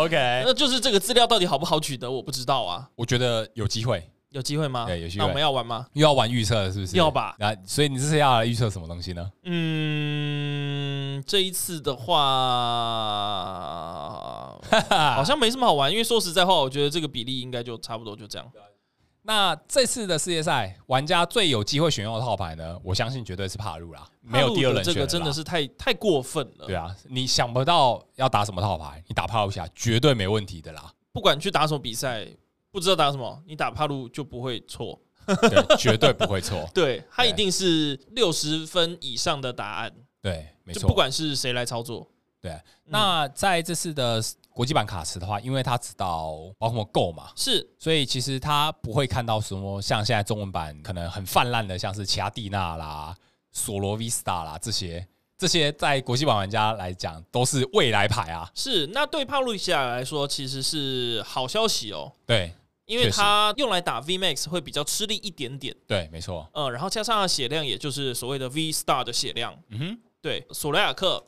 B: ，OK，
A: 那就是这个资料到底好不好取得，我不知道啊。
B: 我觉得有机会，
A: 有机会吗？
B: 哎对有机会
A: 那我们要玩吗？
B: 又要玩预测了是不是？
A: 要吧
B: 那所以你这是要来预测什么东西呢？
A: 嗯，这一次的 话，好像没什么好玩，因为说实在话，我觉得这个比例应该就差不多就这样。
B: 那这次的世界赛，玩家最有机会选用的套牌呢，我相信绝对是帕路啦，没有第二
A: 帕
B: 人
A: 鲁的这
B: 选了
A: 个
B: 啦
A: 真的是太太过分了。
B: 对啊，你想不到要打什么套牌，你打帕路侠绝对没问题的 啦，
A: 不管去打什么比赛，不知道打什么，你打帕路就不会错。
B: 对，绝对不会错，
A: 对，它一
B: 对
A: 定是六十分以上的答案，
B: 对，没
A: 就
B: 错，
A: 不管嗯是谁来操作。
B: 对。那在这次的国际版卡池的话，因为它只到宝可梦 Go 嘛，
A: 是
B: 所以其实它不会看到什么像现在中文版可能很泛滥的，像是奇亚蒂娜啦、索罗 Vista 啦这些，这些在国际版玩家来讲都是未来牌啊。
A: 是，那对帕路西亚来说其实是好消息哦，
B: 对
A: 因为
B: 确实
A: 它用来打 VMAX 会比较吃力一点点。
B: 对，没错。
A: 呃，然后加上它的血量，也就是所谓的 V star 的血量。
B: 嗯哼，
A: 对，索雷亚克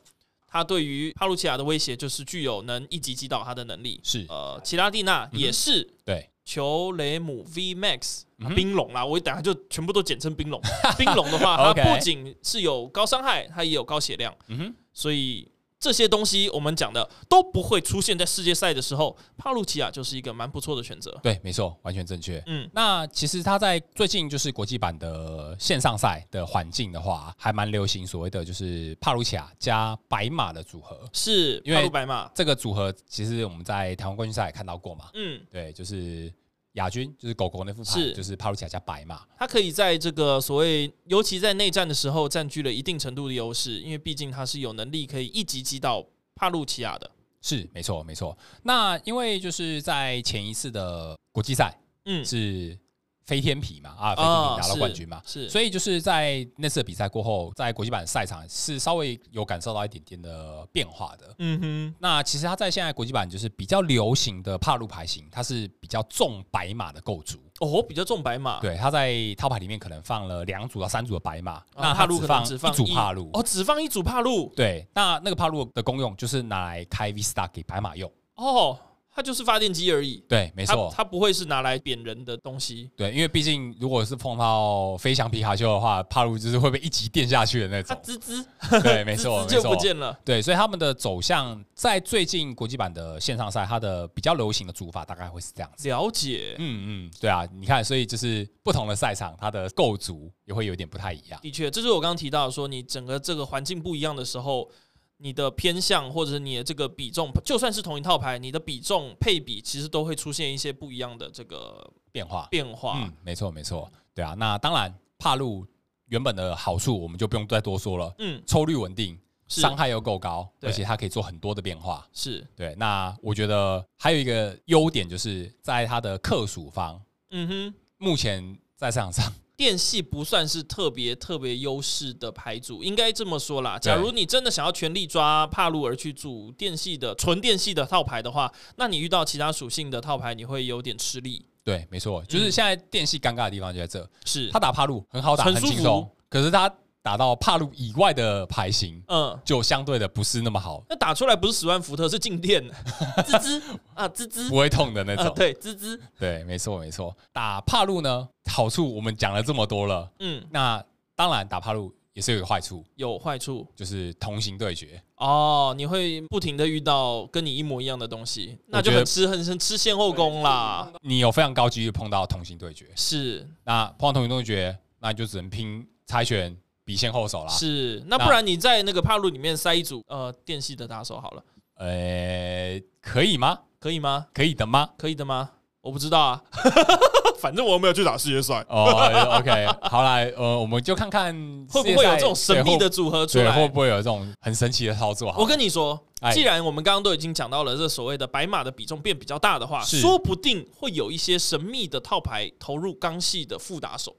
A: 他对于帕鲁奇亚的威胁就是具有能一击击倒他的能力。
B: 是
A: 呃，奇拉蒂娜也是。
B: 对，
A: 裘雷姆 V Max
B: 嗯哼
A: 冰龙啦，我等下就全部都简称冰 龙。冰龙的话，它
B: OK
A: 不仅是有高伤害，它也有高血量，
B: 嗯哼，
A: 所以这些东西我们讲的都不会出现在世界赛的时候。帕路奇亚就是一个蛮不错的选择。
B: 对，没错，完全正确。
A: 嗯，
B: 那其实它在最近就是国际版的线上赛的环境的话，还蛮流行所谓的就是帕鲁奇亚加白马的组合。
A: 是
B: 因
A: 帕
B: 为
A: 鲁白马。
B: 这个组合其实我们在台湾冠军赛也看到过嘛，
A: 嗯，
B: 对，就是亚军就是狗狗那副牌，
A: 是
B: 就是帕鲁奇亚加白马，
A: 它可以在这个所谓，尤其在内战的时候，占据了一定程度的优势，因为毕竟它是有能力可以一击击倒帕路奇亚的。
B: 是没错没错。那因为就是在前一次的国际赛
A: 嗯，
B: 是飞天皮嘛，啊，飞天皮拿到
A: 是
B: 冠军嘛。
A: 是，
B: 所以就是在那次的比赛过后，在国际版的赛场是稍微有感受到一点点的变化的。
A: 嗯哼，
B: 那其实它在现在国际版就是比较流行的帕路牌型，它是比较重白马的构筑。
A: 哦，比较重白马。
B: 对，它在套牌里面可能放了两组到三组的白马，那
A: 啊帕
B: 它
A: 路可能只
B: 只
A: 放
B: 放一组
A: 一
B: 帕路。
A: 哦，只放一组帕路
B: 对，那那个帕路的功用就是拿来开 V Star 给白马用。
A: 哦，它就是发电机而已，
B: 对，没
A: 它
B: 错。
A: 它不会是拿来扁人的东西，
B: 对，因为毕竟如果是碰到飞翔皮卡丘的话，帕路就是会被一击电下去的那
A: 它
B: 种。
A: 滋滋
B: 对，没
A: 滋
B: 错，
A: 滋
B: 没
A: 就不
B: 错。
A: 见了。
B: 对，所以他们的走向在最近国际版的线上赛，它的比较流行的组法大概会是这样子。
A: 了解，
B: 嗯嗯，对啊，你看，所以就是不同的赛场，它的构筑也会有点不太一样。
A: 的确，这就是我刚刚提到的说，你整个这个环境不一样的时候。你的偏向或者是你的这个比重，就算是同一套牌，你的比重配比其实都会出现一些不一样的这个
B: 变化。
A: 变化。
B: 嗯，没错没错，对啊。那当然，帕路原本的好处我们就不用再多说了，
A: 嗯，
B: 抽率稳定，
A: 是
B: 伤害又够高，
A: 对
B: 而且它可以做很多的变化。
A: 是，
B: 对，那我觉得还有一个优点就是在它的克数方，
A: 嗯哼，
B: 目前在市场上，
A: 电系不算是特别特别优势的牌组，应该这么说啦。假如你真的想要全力抓帕路而去组电系的纯电系的套牌的话，那你遇到其他属性的套牌，你会有点吃力。
B: 对，没错，就是现在电系尴尬的地方就在这，
A: 是
B: 他，打帕路很好打，
A: 很
B: 很
A: 舒服
B: 轻松，可是他打到帕路以外的牌型。
A: 嗯，
B: 就相对的不是那么好，
A: 那打出来不是十万伏特，是静电， 滋滋啊，滋滋
B: 不，会痛的那
A: 啊，
B: 种。
A: 对，滋滋，
B: 对，没错没错。打帕路呢，好处我们讲了这么多了，
A: 嗯，
B: 那当然，打帕路也是有一个坏处，
A: 有坏处
B: 就是同行对决。
A: 哦，你会不停的遇到跟你一模一样的东西，那
B: 我
A: 就
B: 觉得
A: 很吃很很吃先后宫啦。
B: 你有非常高几率碰到同行对决，
A: 是
B: 那碰到同行对决，那你就只能拼猜拳、比先后手啦。，
A: 是，那
B: 那
A: 不然你在那个帕路里面塞一组呃电系的打手好了。
B: 呃，可以吗？
A: 可以吗？
B: 可以的吗？
A: 可以的吗？我不知道啊， 反正我没有去打世界赛，
B: 哦 ，OK，好啦，呃，我们就看看
A: 会
B: 世界
A: 不会有
B: 赛
A: 这种神秘的组合出
B: 对会对会
A: 来？
B: 不会有这种很神奇的操作？
A: 我跟你说，
B: 哎
A: 既然我们刚刚都已经讲到了这所谓的白马的比重变比较大的话，
B: 是
A: 说不定会有一些神秘的套牌投入刚系的副打手。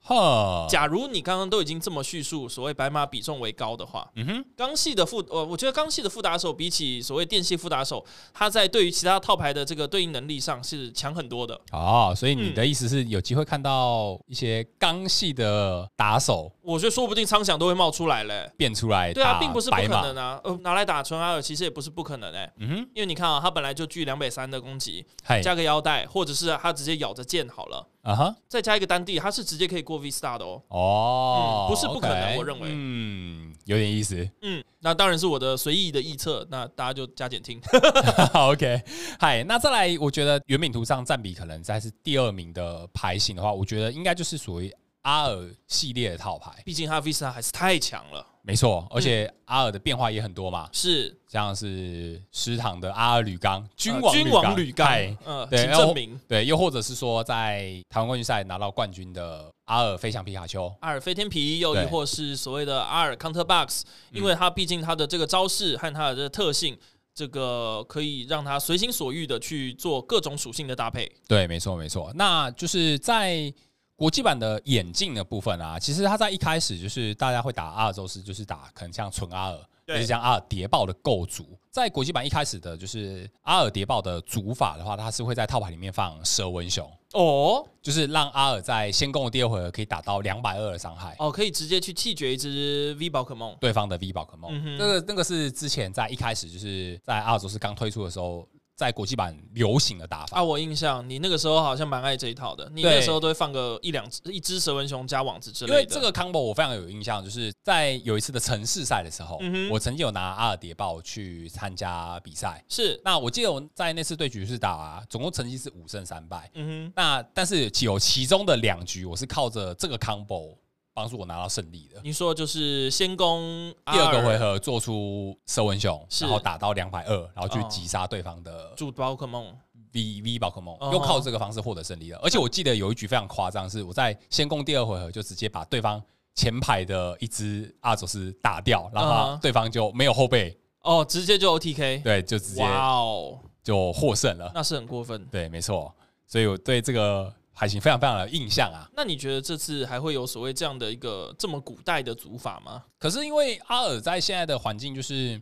B: 呵，
A: 假如你刚刚都已经这么叙述，所谓白马比重为高的话，
B: 嗯哼，
A: 刚系的副呃，我觉得刚系的副打手比起所谓电系副打手，他在对于其他套牌的这个对应能力上是强很多的。
B: 哦，所以你的意思是有机会看到一些刚系的打手
A: 我觉得说不定苍响都会冒出来嘞、
B: 变出来
A: 对啊，
B: 打
A: 并不是不
B: 白
A: 可
B: 马
A: 能啊，呃，拿来打纯阿尔其实也不是不可能哎、
B: 嗯哼，
A: 因为你看啊，他本来就距两百三的攻击，
B: 嘿，
A: 加个腰带，或者是他直接咬着剑好了，
B: 啊哈，
A: 再加一个单地，他是直接可以过 V star 的哦。
B: 哦
A: 嗯，不是不可能
B: OK，
A: 我认为
B: 嗯，有点意思。
A: 嗯，那当然是我的随意的臆测，那大家就加减听。
B: OK，嗨，那再来，我觉得圆饼图上占比可能在是第二名的牌型的话，我觉得应该就是属于阿尔系列的套牌，
A: 毕竟他 V star 还是太强了，
B: 没错。而且阿尔的变化也很多嘛，
A: 是
B: 像是食堂的阿尔铝钢、君
A: 呃
B: 王
A: 君王
B: 铝
A: 铝
B: 钢
A: 钢
B: 嗨，
A: 呃，
B: 对
A: 请
B: 然后
A: 证明
B: 对，又或者是说在台湾冠军赛拿到冠军的阿尔飞翔皮卡丘，
A: 阿尔飞天皮，又
B: 对嗯
A: 亦或是所谓的阿尔 counter box，因为它毕竟它的这个招式和它的这个特性，这个可以让它随心所欲的去做各种属性的搭配。
B: 对，没错没错。那就是在国际版的眼镜的部分啊，其实它在一开始就是大家会打阿尔宙斯，就是打可能像纯阿尔，就
A: 对
B: 是像阿尔谍报的构筑。在国际版一开始的就是阿尔谍报的组法的话，它是会在套牌里面放蛇纹熊，
A: 哦
B: 就是让阿尔在先攻的第二回合可以打到两百二的伤害。
A: 哦，可以直接去气绝一只 V 宝可梦。
B: 对方的 V 宝可梦，
A: 嗯哼
B: 哦那个那个是之前在一开始就是在阿尔宙斯刚推出的时候，在国际版流行的打法。
A: 啊，我印象你那个时候好像蛮爱这一套的，你
B: 对
A: 那时候都会放个一两只、一只蛇纹熊加网子之
B: 因
A: 类的。
B: 为这，个 combo 我非常有印象，就是在有一次的城市赛的时候，
A: 嗯哼
B: 我曾经有拿阿尔迭豹去参加比赛。
A: 是，
B: 那我记得我在那次对局是打、总共成绩是五胜三败。
A: 嗯
B: 那但是有其中的两局，我是靠着这个 combo 帮助我拿到胜利
A: 哼，。
B: 的
A: 你说就是先攻
B: 第二个回
A: 合
B: 合做出蛇纹熊，
A: 是
B: 然后打到两百二，然后去
A: 哦
B: 击杀对方的
A: 主宝可梦，
B: V V 宝可梦，
A: 哦
B: 又靠这个方式获得胜利了。而且我记得有一局非常夸张，是我在先攻第二回合就直接把对方前排的一只阿佐斯打掉，然后
A: 啊
B: 对方就没有后背，
A: 哦，直接就 OTK，
B: 对，就直接
A: 哇哦，
B: 就获胜了。
A: 那是很过分。
B: 对，没错，所以我对这个还行非常非常有印象啊。
A: 那你觉得这次还会有所谓这样的一个这么古代的组法吗？
B: 可是因为阿尔在现在的环境，就是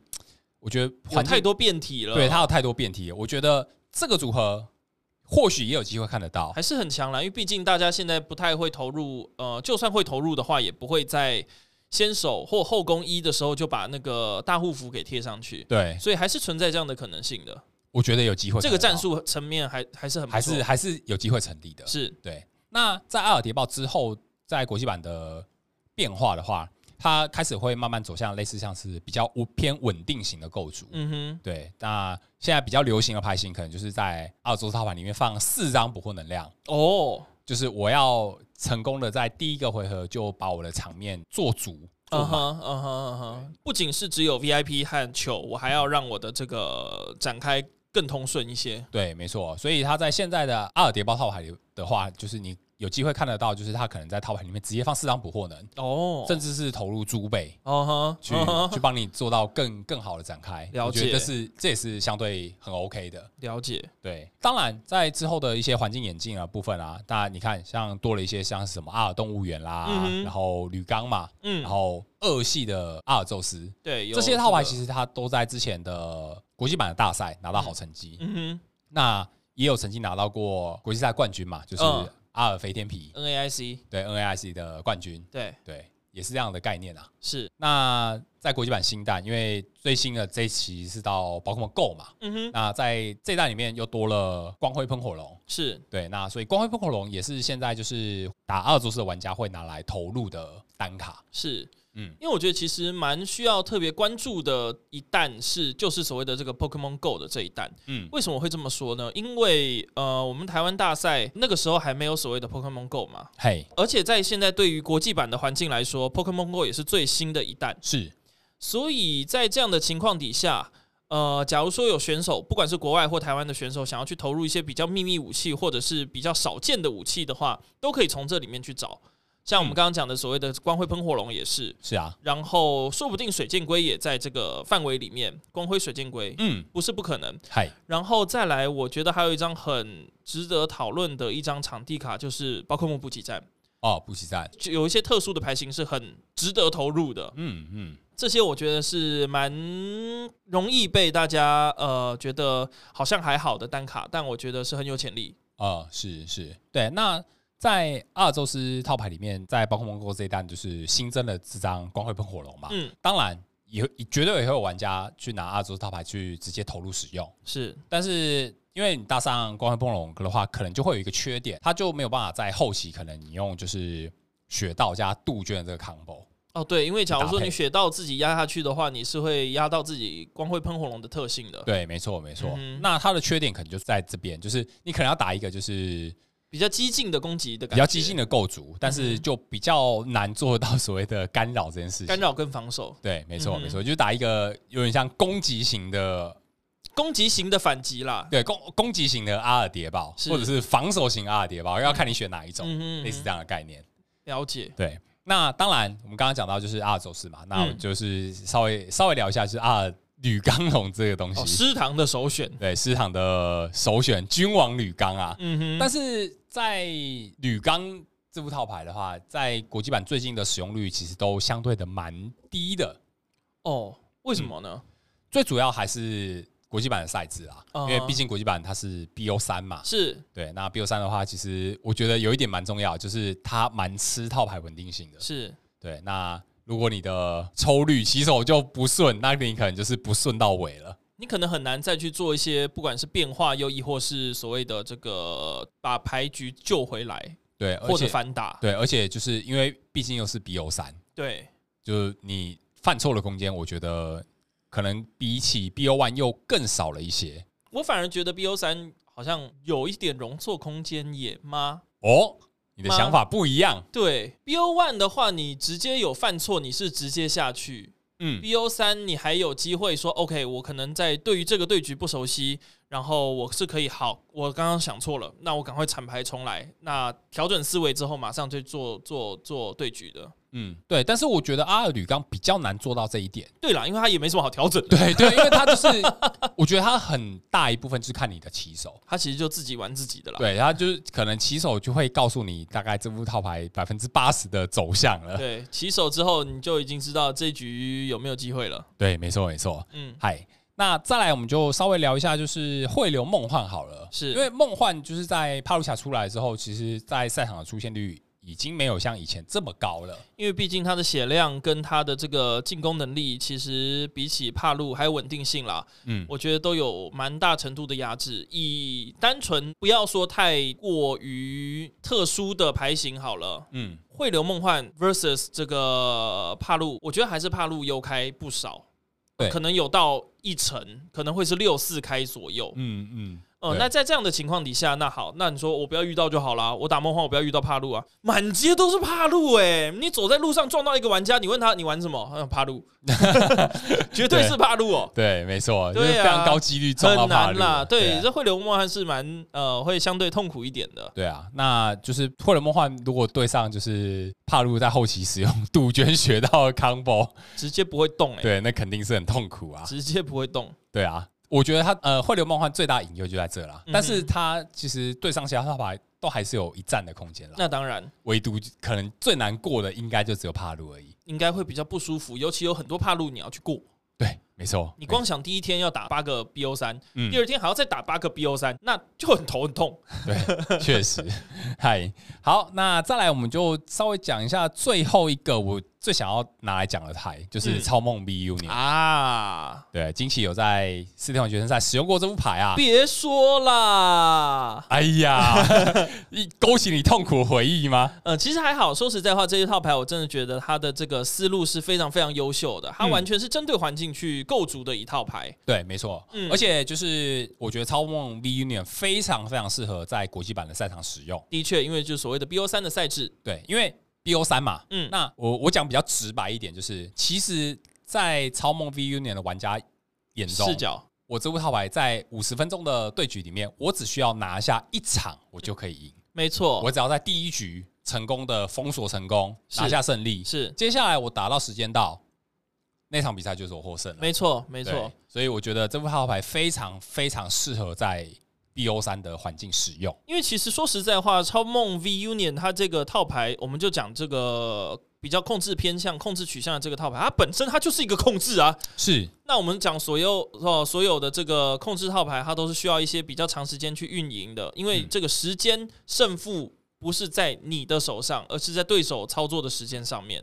B: 我觉得
A: 有
B: 环
A: 太
B: 境
A: 多变体了，
B: 对它有太多变体了，我觉得这个组合或许也有机会看得到。
A: 还是很强啦，因为毕竟大家现在不太会投入，呃，就算会投入的话，也不会在先手或后攻一的时候就把那个大护符给贴上去，
B: 对，
A: 所以还是存在这样的可能性的。
B: 我觉得有机会
A: 这
B: 看
A: 个
B: 得到。
A: 战术层面还还是很不
B: 还
A: 错
B: 是还是有机会成立的。
A: 是
B: 对，那在阿尔迭报之后，在国际版的变化的话，它开始会慢慢走向类似像是比较稳偏稳定型的构筑。
A: 嗯哼，
B: 对，那现在比较流行的牌型，可能就是在阿尔宙斯套牌里面放四张捕获能量，
A: 哦，
B: 就是我要成功的在第一个回合就把我的场面做足。做
A: 嗯
B: 满
A: 哼，嗯哼，嗯哼，不仅是只有 VIP 和球，我还要让我的这个展开更通顺一些。
B: 对，没错。所以他在现在的阿尔迭报套牌里的话，就是你有机会看得到，就是他可能在套牌里面直接放四张捕获能，
A: 哦，
B: 甚至是投入猪背。
A: 哦
B: 去
A: 哈，嗯哼
B: 去帮你做到更更好的展开。
A: 了
B: 我觉得
A: 解
B: 这是这也是相对很 OK 的。
A: 了解，
B: 对，当然在之后的一些环境眼镜啊部分啊，那你看像多了一些像是什么阿尔动物园啦，
A: 嗯哼
B: 然后铝钢嘛，
A: 嗯
B: 然，后二系的阿尔宙斯，
A: 对，有
B: 这些套牌其
A: 实，
B: 实它都在之前的国际版的大赛拿到好成绩，
A: 嗯
B: 那也有曾经拿到过国际赛冠军嘛，就是
A: 嗯
B: 阿尔飞天皮，
A: 哼，NAIC，
B: 对 NAIC 的冠军，
A: 对，
B: 对，也是这样的概念啊。
A: 是，
B: 那在国际版新蛋，因为最新的这一期是到宝可梦 Go 嘛，
A: 嗯哼，
B: 那在这一代里面又多了光辉喷火龙，
A: 是
B: 对，那所以光辉喷火龙也是现在就是打阿尔宙斯的玩家会拿来投入的单卡，
A: 是，
B: 嗯
A: 嗯，因为我觉得其实蛮需要特别关注的一弹是，就是所谓的这个 Pokemon Go 的这一弹。
B: 嗯，
A: 为什么会这么说呢？因为呃，我们台湾大赛那个时候还没有所谓的 Pokemon Go 嘛，
B: 嘿，
A: 而且在现在对于国际版的环境来说，Pokemon Go 也是最新的一弹，
B: 是，
A: 所以在这样的情况底下。呃，假如说有选手，不管是国外或台湾的选手，想要去投入一些比较秘密武器或者是比较少见的武器的话，都可以从这里面去找。像我们刚刚讲的所谓的光辉喷火龙也是，
B: 是啊，
A: 然后说不定水箭龟也在这个范围里面，光辉水箭龟
B: 嗯，
A: 不是不可能。
B: 嘿，
A: 然后再来，我觉得还有一张很值得讨论的一张场地卡，就是宝可梦补给站，
B: 哦，补习站，
A: 就有一些特殊的牌型是很值得投入的。
B: 嗯嗯，
A: 这些我觉得是蛮容易被大家呃觉得好像还好的单卡，但我觉得是很有潜力。
B: 哦，是是，对，那在阿尔宙斯套牌里面，在宝可梦 Go 这一弹就是新增了这张光辉喷火龙嘛。
A: 嗯，
B: 当然也会绝对也会有玩家去拿阿尔宙斯套牌去直接投入使用，
A: 是
B: 但是因为你搭上光辉喷火龙的话，可能就会有一个缺点，它就没有办法在后期可能你用就是雪道加杜鹃的这个 combo。
A: 哦，对，因为假如说
B: 搭配
A: 你雪道自己压下去的话，你是会压到自己光辉喷火龙的特性的，
B: 对，没错，没错。
A: 嗯哼
B: 那它的缺点可能就在这边，就是你可能要打一个就是
A: 比较激进的攻击的
B: 比
A: 感觉，
B: 较激进的构筑，但是就比较难做到所谓的干扰这件事情。
A: 嗯干扰跟防守，
B: 对，没错，
A: 嗯哼
B: 没错，就是打一个有点像攻击型的，
A: 攻击型的反击啦。
B: 对攻攻击型的阿尔迭堡，
A: 是
B: 或者是防守型阿尔迭堡，要看你选哪一种，
A: 嗯嗯，
B: 类似这样的概念。
A: 了解。
B: 对，那当然我们刚刚讲到就是阿尔宙斯嘛，那我
A: 嗯
B: 就是稍微稍微聊一下就是阿尔铝钢龙这个东
A: 哦，
B: 西，
A: 师堂的首选，
B: 对，市场的首选君王铝钢啊。
A: 嗯哼，
B: 但是在铝钢这副套牌的话，在国际版最近的使用率其实都相对的蛮低的，
A: 哦，为什么呢？
B: 最主要还是国际版的赛制啊，
A: 嗯
B: 因为毕竟国际版它是 BO 三嘛。
A: 是
B: 对，那 BO 三的话，其实我觉得有一点蛮重要，就是它蛮吃套牌稳定性的。
A: 是，
B: 对，那如果你的抽率起手就不顺，那你可能就是不顺到尾了。
A: 你可能很难再去做一些，不管是变化，又亦或是所谓的这个把牌局救回来，
B: 对，而
A: 或者
B: 且
A: 反打，
B: 对，而且就是因为毕竟又是 BO 三，
A: 对，
B: 就是你犯错的空间，我觉得可能比起 BO one 又更少了一些。
A: 我反而觉得 BO 三好像有一点容错空间也吗？
B: 哦，你的
A: 吗
B: 想法不一样，
A: 对 BO one 的话，你直接有犯错，你是直接下去。
B: 嗯，
A: BO 三你还有机会说 OK，我可能在对于这个对局不熟悉，然后我是可以好，我刚刚想错了，那我赶快铲牌重来，那调整思维之后马上就做做做对局的。
B: 嗯，对，但是我觉得阿尔吕刚比较难做到这一点。
A: 对啦，因为它也没什么好调整的，
B: 对对，因为他就是， 我觉得他很大一部分就是看你的骑手。
A: 它其实就自己玩自己的啦。
B: 对，他就是可能骑手就会告诉你大概这副套牌百分之八十的走向了。
A: 对，起手之后你就已经知道这局有没有机会了。
B: 对，没错没错。
A: 嗯，
B: 嗨，那再来我们就稍微聊一下，就是汇流梦幻好了，
A: 是
B: 因为梦幻就是在帕鲁卡出来之后，其实在赛场的出现率已经没有像以前这么高了。
A: 因为毕竟它的血量跟它的这个进攻能力，其实比起帕路还有稳定性啦，
B: 嗯，
A: 我觉得都有蛮大程度的压制。以单纯不要说太过于特殊的牌型好了，
B: 嗯，
A: 汇流梦幻 versus 这个帕路，我觉得还是帕路优开不少，
B: 对
A: 可能有到一成，可能会是六四开左右。
B: 嗯嗯，
A: 哦、
B: 对
A: 那在这样的情况底下，那好，那你说我不要遇到就好啦。我打梦幻，我不要遇到帕路啊，满街都是帕路哎、你走在路上撞到一个玩家，你问他你玩什么？嗯，帕 路，绝对是帕路哦、
B: 对，没错，就是
A: 对啊
B: 非常高几率撞到
A: 很
B: 帕
A: 难
B: 鲁
A: 啦。
B: 了。
A: 对，
B: 啊
A: 这会流梦还是蛮呃，会相对痛苦一点的。
B: 对啊，那就是《霍尔梦幻》如果对上就是帕路在后期使用杜鹃学到的 combo，
A: 直接不会动哎、
B: 对，那肯定是很痛苦啊。
A: 直接不会动。
B: 对啊，我觉得他呃《汇流梦幻》最大隐忧就在这啦，
A: 嗯哼
B: 但是他其实对上其他套牌都还是有一战的空间啦，
A: 那当然
B: 唯独可能最难过的应该就只有帕路而已。
A: 应该会比较不舒服，尤其有很多帕路你要去过。
B: 对，没错，
A: 你光想第一天要打八个 BO 三、
B: 嗯
A: 第二天还要再打八个 BO 三，那就很头很痛。
B: 对，确实， 嗨，好，那再来我们就稍微讲一下最后一个我最想要拿来讲的牌，就是
A: 嗯
B: 超梦 B Union。
A: 啊，
B: 对，惊奇有在四天王决胜赛使用过这副牌啊。
A: 别说啦，
B: 哎 呀， 一勾起你痛苦的回忆吗？
A: 呃，其实还好。说实在话，这一套牌我真的觉得它的这个思路是非常非常优秀的，它
B: 嗯
A: 完全是针对环境去构筑的一套牌。
B: 对，没错。
A: 嗯
B: 而且就是我觉得超梦 V Union 非常非常适合在国际版的赛场使用。
A: 的确，因为就是所谓的 BO 三的赛制，
B: 对，因为 BO 三嘛，
A: 嗯
B: 那我我讲比较直白一点，就是其实，在超梦 V Union 的玩家眼中
A: 视，角
B: 我这副套牌在五十分钟的对局里面，我只需要拿下一场，我就可以赢。
A: 没错，
B: 我只要在第一局成功的封锁成功，
A: 嗯是
B: 拿下胜利，
A: 是
B: 接下来我打到时间到，那场比赛就是我获胜了。
A: 没错，没
B: 对
A: 错。，
B: 所以我觉得这副号牌非常非常适合在 BO 三的环境使用。
A: 因为其实说实在话，超梦 V Union 它这个套牌，我们就讲这个比较控制偏向、控制取向的这个套牌，它本身它就是一个控制啊。
B: 是，
A: 那我们讲所有哦，所有的这个控制套牌，它都是需要一些比较长时间去运营的，因为这个时间胜负不不是在你的手上，而是在对手操作的时间上面。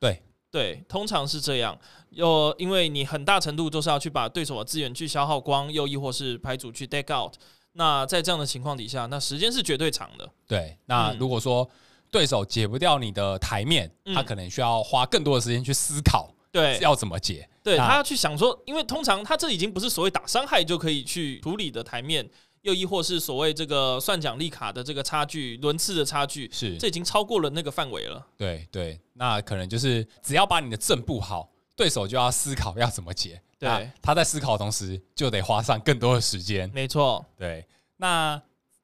B: 对
A: 对，通常是这样。又因为你很大程度就是要去把对手的资源去消耗光，又亦或是牌组去 deck out。那在这样的情况底下，那时间是绝对长的。
B: 对，那
A: 嗯
B: 如果说对手解不掉你的台面，
A: 嗯
B: 他可能需要花更多的时间去思考
A: 对，
B: 要怎么解。
A: 对
B: 那
A: 他要去想说，因为通常他这已经不是所谓打伤害就可以去处理的台面，又亦或是所谓这个算奖励卡的这个差距、轮次的差距，
B: 是
A: 这已经超过了那个范围了。
B: 对对，那可能就是只要把你的正布好，对手就要思考要怎么解。
A: 对
B: 那他在思考的同时，就得花上更多的时间。
A: 没错，
B: 对，那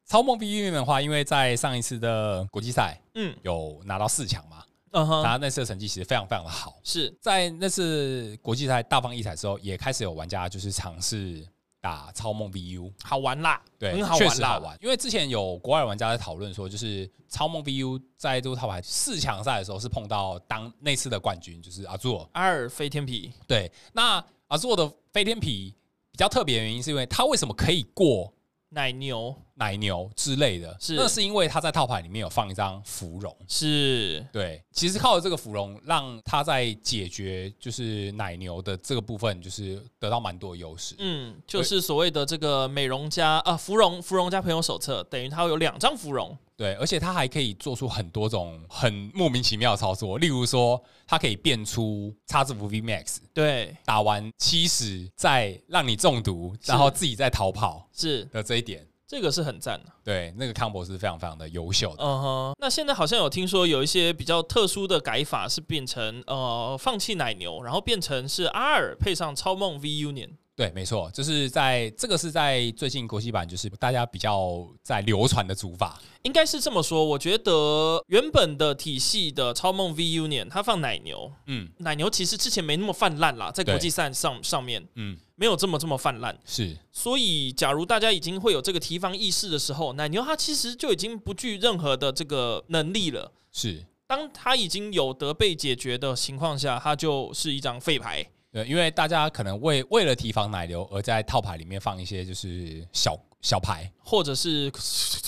B: 超梦 B 运的话，因为在上一次的国际赛
A: 嗯
B: 有拿到四强嘛，
A: 嗯哼，
B: 他那次的成绩其实非常非常的好。
A: 是
B: 在那次国际赛大放异彩之后，也开始有玩家就是尝试打超梦 VU，
A: 好玩啦，
B: 对，
A: 很好
B: 确
A: 玩
B: 实
A: 啦，
B: 好玩。因为之前有国外玩家在讨论说，就是超梦 VU 在这套牌四强赛的时候是碰到当那次的冠军，就是阿佐。
A: 阿尔飞天皮，
B: 对，那阿佐的飞天皮比较特别的原因，是因为他为什么可以过
A: 奶牛
B: 奶牛之类的？
A: 是
B: 那是因为他在套牌里面有放一张芙蓉。
A: 是
B: 对，其实靠着这个芙蓉，让他在解决就是奶牛的这个部分，就是得到蛮多的优势。
A: 嗯，就是所谓的这个美容加啊芙蓉芙蓉加朋友手册，等于它会有两张芙蓉，
B: 对，而且他还可以做出很多种很莫名其妙的操作，例如说，他可以变出叉字符 V Max，
A: 对，
B: 打完七十再让你中毒，然后自己再逃跑
A: 是
B: 的这一点，
A: 这个是很赞的。
B: 对，那个 combo 是非常非常的优秀的。
A: 嗯哼，那现在好像有听说有一些比较特殊的改法是变成呃放弃奶牛，然后变成是阿尔配上超梦 V Union。
B: 对，没错，就是在这个是在最近国际版，就是大家比较在流传的组法，
A: 应该是这么说，我觉得原本的体系的超梦 V Union，它放奶牛，
B: 嗯
A: 奶牛其实之前没那么泛滥啦，在国
B: 对
A: 际赛上上面
B: 嗯，
A: 没有这么这么泛滥，
B: 是
A: 所以假如大家已经会有这个提防意识的时候，奶牛它其实就已经不具任何的这个能力了。
B: 是，
A: 当它已经有得被解决的情况下，它就是一张废牌。
B: 对，因为大家可能为为了提防奶流而在套牌里面放一些就是小小牌，
A: 或者是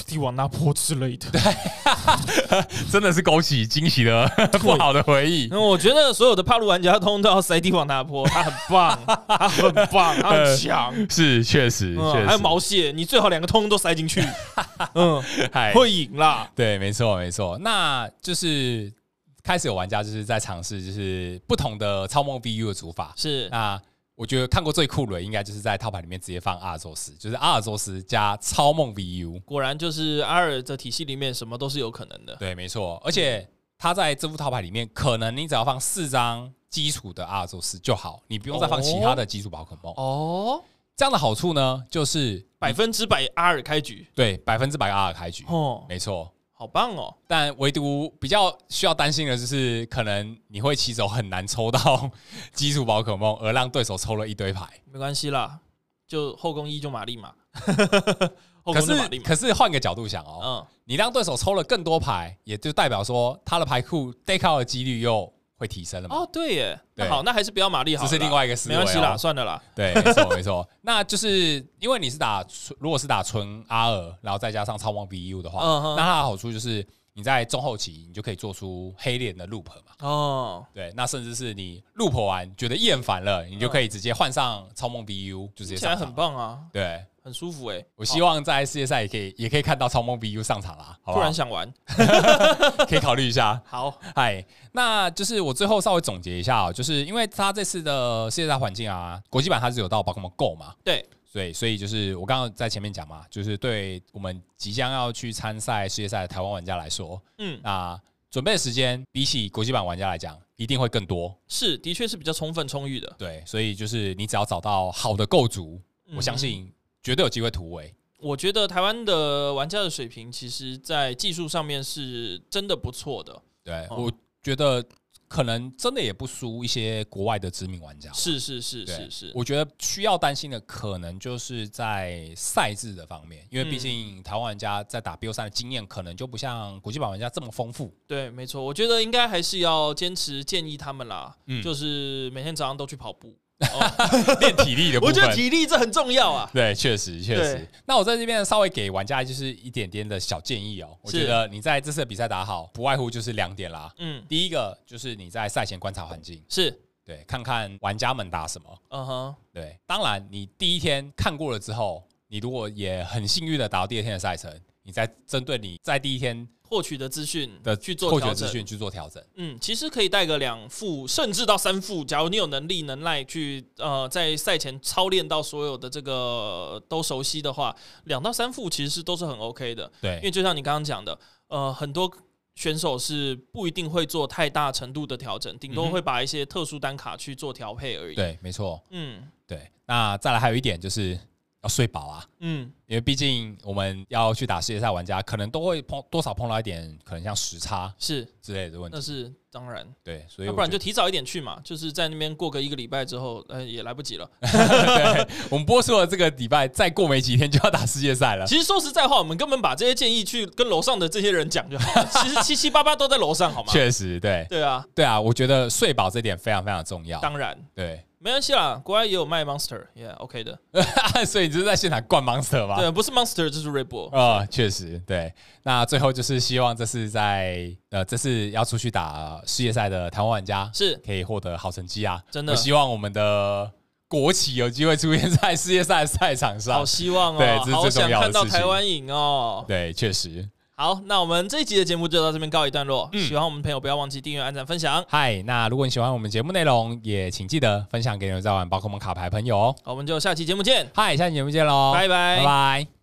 A: 帝王拿坡之类的。
B: 真的是勾起惊喜的 不好的回忆。
A: 那我觉得所有的帕路玩家通都要塞帝王拿坡，他很棒，他很 棒，他很强。
B: 是，确实，
A: 嗯还有毛蟹，你最好两个通都塞进 去，嗯，
B: 嗨
A: 会赢啦。
B: 对，没错，没错。那就是开始有玩家就是在尝试就是不同的超梦 VU 的组法。
A: 是
B: 那我觉得看过最酷的，应该就是在套牌里面直接放阿尔宙斯，就是阿尔宙斯加超梦 VU。
A: 果然就是阿尔的体系里面什么都是有可能的。
B: 对，没错。而且它在这副套牌里面，可能你只要放四张基础的阿尔宙斯就好，你不用再放其他的基础宝可梦。
A: 哦，
B: 这样的好处呢，就是
A: 百分之百阿尔开局，
B: 对百分之百阿尔开局，
A: 哦，
B: 没错。
A: 好棒哦。
B: 但唯独比较需要担心的就是，可能你会起手很难抽到 基础宝可梦，而让对手抽了一堆牌。
A: 没关系啦，就后宫一就玛丽 嘛，后
B: 可
A: 宫就玛丽
B: 是，
A: 嘛。
B: 可是换个角度想哦，
A: 嗯，
B: 你让对手抽了更多牌，也就代表说他的牌库 deck out 的几率又会提升了嘛。
A: 哦，对耶，那
B: 对
A: 好，那还是不要玛丽好
B: 这
A: 了啦。
B: 是另外一个思
A: 没
B: 维、哦，
A: 关系啦，算了啦。
B: 对，没错没错。那就是因为你是打纯，如果是打纯阿尔，然后再加上超梦 BU 的话，
A: 嗯哼
B: 那它的好处就是你在中后期你就可以做出黑脸的 loop 嘛。
A: 哦，
B: 对，那甚至是你 loop 完觉得厌烦了，你就可以直接换上超梦 BU，就直接
A: 听起来
B: 上
A: 很
B: 场。
A: 棒啊，
B: 对，
A: 很舒服哎、
B: 我希望在世界赛也可以也可以看到超梦 BU 上场啦，好
A: 突
B: 不
A: 然
B: 好？
A: 想玩，
B: 可以考虑一下。
A: 好，
B: 嗨，那就是我最后稍微总结一下哦，就是因为它这次的世界赛环境啊，国际版它是有到宝可梦 Go 嘛，
A: 对，
B: 所以，所以就是我刚刚在前面讲嘛，就是对我们即将要去参赛世界赛的台湾玩家来说，
A: 嗯，
B: 那准备的时间比起国际版玩家来讲，一定会更多。
A: 是，的确是比较充分充裕的。
B: 对，所以就是你只要找到好的构筑，我相信绝对有机会突围。
A: 嗯我觉得台湾的玩家的水平，其实在技术上面是真的不错的。
B: 对，
A: 哦
B: 我觉得可能真的也不输一些国外的知名玩家。
A: 是是是
B: 对
A: 是是，
B: 我觉得需要担心的可能就是在赛制的方面，因为毕
A: 嗯
B: 竟台湾玩家在打 BO 三的经验可能就不像国际版玩家这么丰富。
A: 对，没错。我觉得应该还是要坚持建议他们啦，
B: 嗯
A: 就是每天早上都去跑步，
B: 练体力的部
A: 我
B: 分。
A: 觉得体力这很重要啊。
B: 对，确实确实
A: 对。
B: 那我在这边稍微给玩家就是一点点的小建议哦。我
A: 是
B: 觉得你在这次的比赛打好，不外乎就是两点啦。
A: 嗯，
B: 第一个就是你在赛前观察环境，
A: 是，
B: 对，看看玩家们打什么。
A: 嗯哼，
B: 对，当然你第一天看过了之后，你如果也很幸运的打到第二天的赛程，你再针对你在第一天
A: 获取的资讯
B: 的
A: 去做
B: 获取
A: 调
B: 的资
A: 整。
B: 讯去做调整。
A: 嗯，其实可以带个两副，甚至到三副。假如你有能力能耐去呃，在赛前操练到所有的这个都熟悉的话，两到三副其实是都是很 OK 的。因
B: 对
A: 为就像你刚刚讲的，呃，很多选手是不一定会做太大程度的调整，顶多
B: 嗯哼
A: 会把一些特殊单卡去做调配而已。，
B: 对，没错。
A: 嗯
B: 对，那再来还有一点就是要睡饱啊。
A: 嗯，
B: 因为毕竟我们要去打世界赛，玩家可能都会碰多少碰到一点可能像时差
A: 是，
B: 之类的问
A: 那
B: 题。
A: 是当然，
B: 对，所以
A: 那
B: 我
A: 不然
B: 觉
A: 就
B: 得
A: 提早一点去嘛，就是在那边过个一个礼拜之后，呃，也来不及了。
B: 我们播出了这个礼拜，再过没几天就要打世界赛 了。
A: 其实说实在话，我们根本把这些建议去跟楼上的这些人讲就 好了。其实七七八八都在楼上，好吗？
B: 确实，对
A: 对啊，
B: 对啊，我觉得睡饱这点非常非常重要。
A: 当然
B: 对，
A: 没关系啦，国外也有卖 Monster，yeah，OK、的。
B: 所以你就是在现场灌 monster 吗？
A: 对，不是 Monster 就是 Red Bull。
B: 啊、确实，对。那最后就是希望这次在呃，这次要出去打世界赛的台湾玩家
A: 是
B: 可以获得好成绩啊！
A: 真的
B: 我希望我们的国旗有机会出现在世界赛的赛场上
A: 好。希望哦，
B: 对这是
A: 好
B: 最重
A: 想
B: 要的
A: 看到
B: 事情
A: 台湾赢哦。
B: 对，确实。
A: 好，那我们这一集的节目就到这边告一段落。
B: 嗯
A: 喜欢我们的朋友不要忘记订阅、按赞、分享。
B: 嗨，那如果你喜欢我们节目内容，也请记得分享给你们在玩宝可梦卡牌朋友哦。
A: 好，我们就下期节目见，
B: 嗨，下期节目见喽，
A: 拜拜
B: 拜拜。